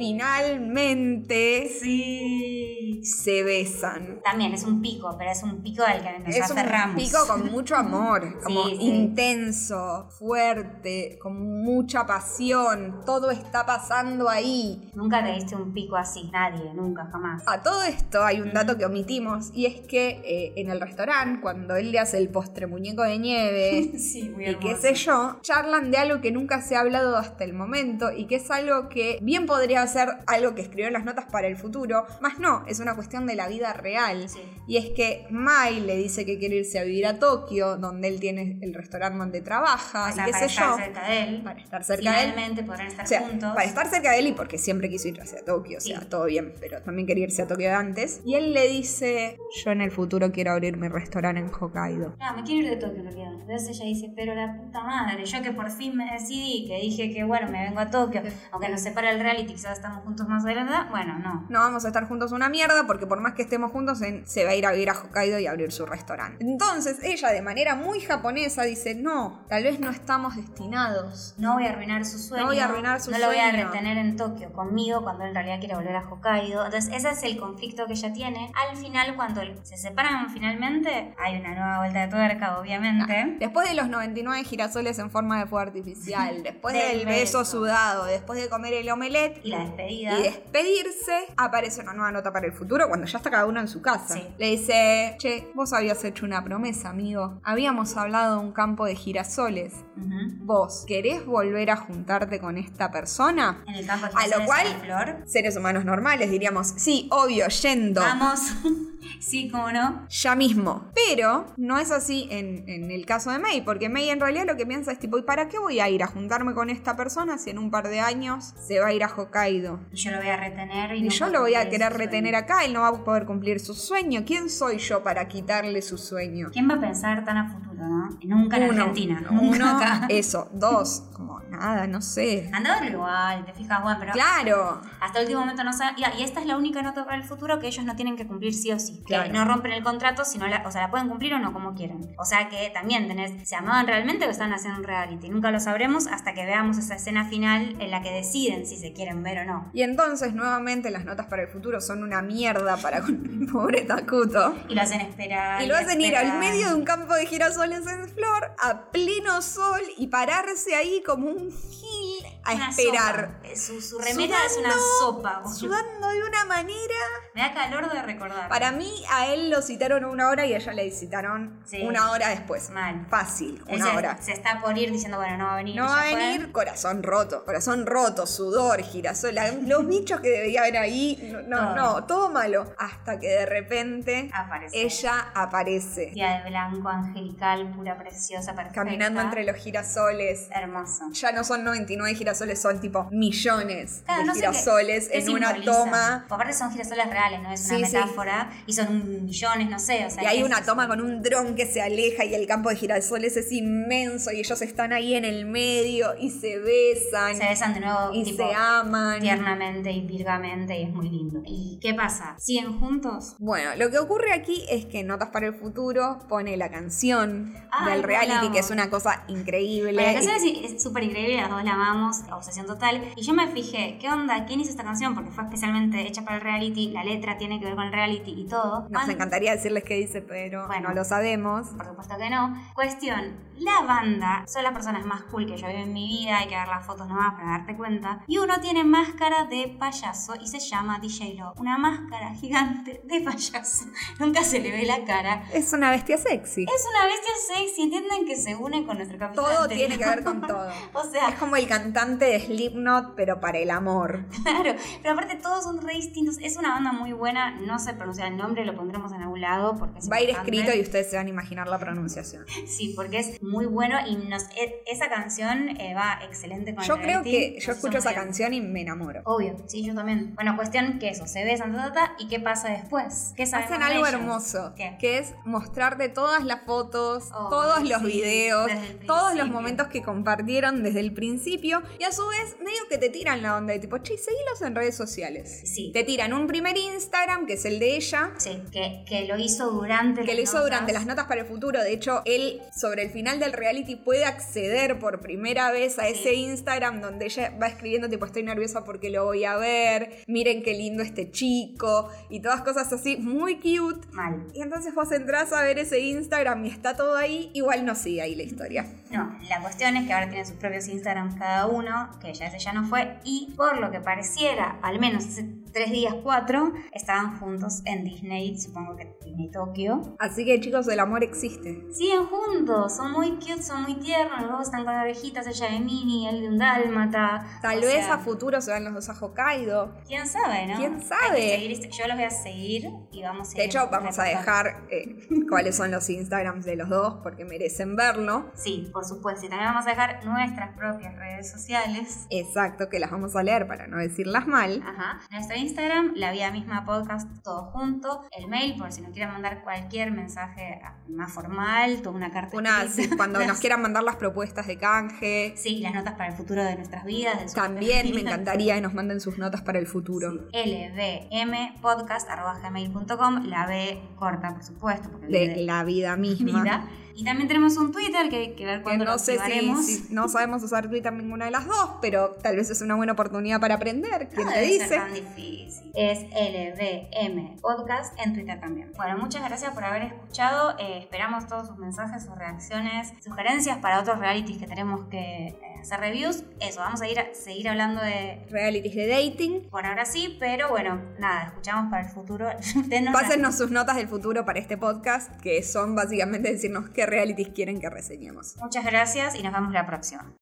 finalmente
Sí.
se besan.
También es un pico, pero es un pico al que nos
es un
aferramos.
pico con mucho amor, como
sí.
intenso, fuerte, con mucha pasión. Todo está pasando ahí.
Nunca te diste un pico así, nadie, nunca, jamás.
A todo esto hay un dato que omitimos y es que eh, en el restaurante, cuando él le hace el postre muñeco de nieve
Sí, muy
y qué
hermoso.
sé yo, ya charlan de algo que nunca se ha hablado hasta el momento y que es algo que bien podría ser algo que escribió en las notas para el futuro, más no, es una cuestión de la vida real.
Sí.
Y es que Mai le dice que quiere irse a vivir a Tokio, donde él tiene el restaurante donde trabaja,
O sea,
y qué
para
sé
estar
yo.
cerca de él.
Para estar cerca de él.
Finalmente podrán estar
O sea,
juntos.
para estar cerca de él y porque siempre quiso ir hacia Tokio, o sea,
Sí.
todo bien, pero también quería irse a Tokio de antes. Y él le dice, yo en el futuro quiero abrir mi restaurante en Hokkaido.
No, Ah, me quiero ir de Tokio en realidad. Entonces ella dice, pero la puta madre, yo que por fin me decidí, que dije que bueno, me vengo a Tokio, aunque nos separa el reality, quizás estamos juntos más adelante, bueno, no.
No vamos a estar juntos una mierda porque por más que estemos juntos, en- se va a ir a vivir a Hokkaido y abrir su restaurante. Entonces ella de manera muy japonesa dice, no, tal vez no estamos destinados.
No voy a arruinar su sueño.
No voy a arruinar su
No lo voy a
sueño.
retener en Tokio conmigo cuando en realidad quiere volver a Hokkaido. Entonces, ese es el conflicto que ella tiene. Al final, cuando se separan finalmente, hay una nueva vuelta de tuerca, obviamente.
Después de los 99 girasoles en forma de fuego artificial, después
Del
del, beso,
beso.
sudado, después de comer el omelette
Y la despedida.
y despedirse, aparece una nueva nota para el futuro cuando ya está cada uno en su casa.
Sí.
Le dice, che, vos habías hecho una promesa, amigo. Habíamos hablado de un campo de girasoles.
Ujú.
¿Vos querés volver a juntarte con esta persona?
En el campo de
A lo
girasoles
cual-
con flor.
Seres humanos normales diríamos, sí, obvio, yendo.
Vamos. sí, cómo no.
Ya mismo. Pero no es así en, en el caso de May, porque May en realidad lo que piensa es tipo, ¿y para qué voy a ir a juntarme con esta persona si en un par de años se va a ir a Hokkaido?
Y yo lo voy a retener. Y,
Y
no
yo
puedo
lo voy a
cumplir
querer
su sueño.
retener acá, él no va a poder cumplir su sueño. ¿Quién soy yo para quitarle su sueño?
¿Quién va a pensar tan a futuro, no? Nunca en
Uno.
Argentina, nunca
Uno, eh.
acá.
eso. Dos, como nada, no sé.
Andá a igual, te fijas, Juan, pero
Claro.
hasta el último momento no saben. Y, y esta es la única nota para el futuro que ellos no tienen que cumplir sí o sí.
Claro.
Que no rompen el contrato, sino la, o sea, la pueden cumplir o no como quieran. O sea que también tenés, se amaban realmente o están haciendo un reality. Nunca lo sabremos hasta que veamos esa escena final en la que deciden si se quieren ver o no.
Y entonces, nuevamente, las notas para el futuro son una mierda para con el pobre Takuto.
Y lo hacen esperar.
Y lo hacen ir al
esperar.
medio de un campo de girasoles en flor, a pleno sol, y pararse ahí como un gil a
Una
esperar.
sopa. Su, su remera es una
Sudando,
sopa. boludo.
Sudando de una manera.
Me da calor de recordar.
Para mí, a él lo citaron una hora y a ella le citaron
Sí.
una hora después.
Mal.
Fácil,
Él
una
se,
hora.
se está por ir diciendo, bueno, no va a venir.
No
ya
va a
fue.
venir corazón roto, corazón roto, sudor, girasol, la- los bichos que debía haber ahí, no, no,
Todo.
no, todo malo. Hasta que de repente
Aparece.
ella aparece,
Tía de blanco, angelical, pura, preciosa, perfecta.
caminando entre los girasoles.
Hermoso.
Ya no son 99 girasoles, son tipo millones
Claro,
de
no sé qué-
girasoles
qué
en una
simboliza.
toma.
Aparte son girasoles reales, no es una
Sí, sí.
metáfora. Y son millones, no sé. O sea,
Y hay
es-
una toma con un dron que se aleja y el campo de girasoles es inmenso y ellos están ahí en el medio y se besan
Se besan de nuevo
y
tipo,
se aman.
tiernamente y virgamente y es muy lindo. ¿Y qué pasa? ¿Siguen juntos?
Bueno, lo que ocurre aquí es que Notas para el Futuro pone la canción
Ay,
del
la
reality,
amo.
que es una cosa increíble.
La
Eh, y-
canción es- es súper increíble, las dos la amamos, obsesión total. Y yo me fijé, ¿qué onda? ¿Quién hizo esta canción? Porque fue especialmente hecha para el reality, la letra tiene que ver con el reality y todo.
Nos
Cuando-
encantaría decirles qué dice, pero
Bueno.
no lo sabemos.
por supuesto que no. Cuestión, la banda son las personas más cool que yo vi en mi vida, hay que ver las fotos nomás para darte cuenta. Y uno tiene máscara de payaso y se llama DJ Lo, una máscara gigante de payaso. Nunca se le ve la cara.
Es una bestia sexy.
Es una bestia sexy, entienden que se une con nuestro capitán.
Todo
anterior.
tiene que ver con todo.
O
Es
sea,
como el cantante de Slipknot, pero para el amor.
claro, pero aparte todos son re distintos. Es una banda muy buena, no sé pronunciar el nombre, lo pondremos en algún lado porque es
Va a ir
importante.
escrito y ustedes se van a imaginar la pronunciación.
Sí, porque es muy bueno y nos, e- esa canción eh, va excelente con
Yo
el
creo
reality,
que
nos
yo
hizo
escucho
muy
esa
bien.
canción y me enamoro.
Obvio, sí, yo también. Bueno, cuestión que eso, se besan, ta, ta, ta, y qué pasa después. ¿Qué sabemos
Hacen
de
algo
ellos?
hermoso,
¿Qué?
que es mostrarte todas las fotos,
Oh,
todos los
sí,
videos,
desde el
todos los
principio.
momentos que compartieron desde el principio y a su vez medio que te tiran la onda de tipo, che, seguilos en redes sociales.
Sí.
Te tiran un primer Instagram, que es el de ella,
Sí, que, que lo hizo durante
que
las
lo hizo
notas.
durante las notas para el futuro. De hecho, él sobre el final del reality puede acceder por primera vez a
Sí.
ese Instagram donde ella va escribiendo tipo estoy nerviosa porque lo voy a ver, miren qué lindo este chico y todas cosas así, muy cute.
Mal.
Y entonces vos entrás a ver ese Instagram y está todo ahí, igual no sigue ahí la historia.
No, la cuestión es que ahora tienen sus propios Instagrams cada uno, que ya ese ya no fue, y por lo que pareciera, al menos ese tres días, cuatro, estaban juntos en Disney, supongo que Disney Tokio.
Así que chicos, el amor existe.
Siguen juntos, son muy cute, son muy tiernos, los dos están con orejitas, ella de mini, él de un dálmata.
Tal
O
vez
sea,
a futuro se van los dos a Hokkaido.
¿Quién sabe, no?
¿Quién
Hay que
sabe?
seguir este- yo los voy a seguir y vamos a
De hecho, vamos a dejar eh, cuáles son los Instagrams de los dos porque merecen verlo.
Sí, por supuesto. Y también vamos a dejar nuestras propias redes sociales.
Exacto, que las vamos a leer para no decirlas mal.
Ajá. Nuestro Instagram, la vida misma podcast, todo junto. El mail, por si nos quieren mandar cualquier mensaje ah, más formal, toda una carta.
Una,
escrita.
sí, cuando nos quieran mandar las propuestas de canje.
Sí, las notas para el futuro de nuestras vidas. de sus
También me
vidas.
encantaría que nos manden sus notas para el futuro.
lbmpodcast.gmail.com La B corta, por supuesto, porque
De
viene
la vida
de
misma.
vida. Y también tenemos un Twitter que hay que ver
Que
cuándo
no
lo
sé si,
activaremos.
si no sabemos usar Twitter ninguna de las dos, pero tal vez es una buena oportunidad para aprender. ¿Quién
No
te
debe ser
dice?
tan difícil. Es LBM Podcast en Twitter también. Bueno, muchas gracias por haber escuchado. Eh, esperamos todos sus mensajes, sus reacciones, sugerencias para otros realities que tenemos que eh, hacer reviews. Eso, vamos a ir a seguir hablando de.
Realities de dating.
Por ahora sí, pero bueno, nada, escuchamos para el futuro. Denos la-
Pásennos sus notas del futuro para este podcast, que son básicamente decirnos qué realities quieren que reseñemos.
Muchas gracias y nos vemos la próxima.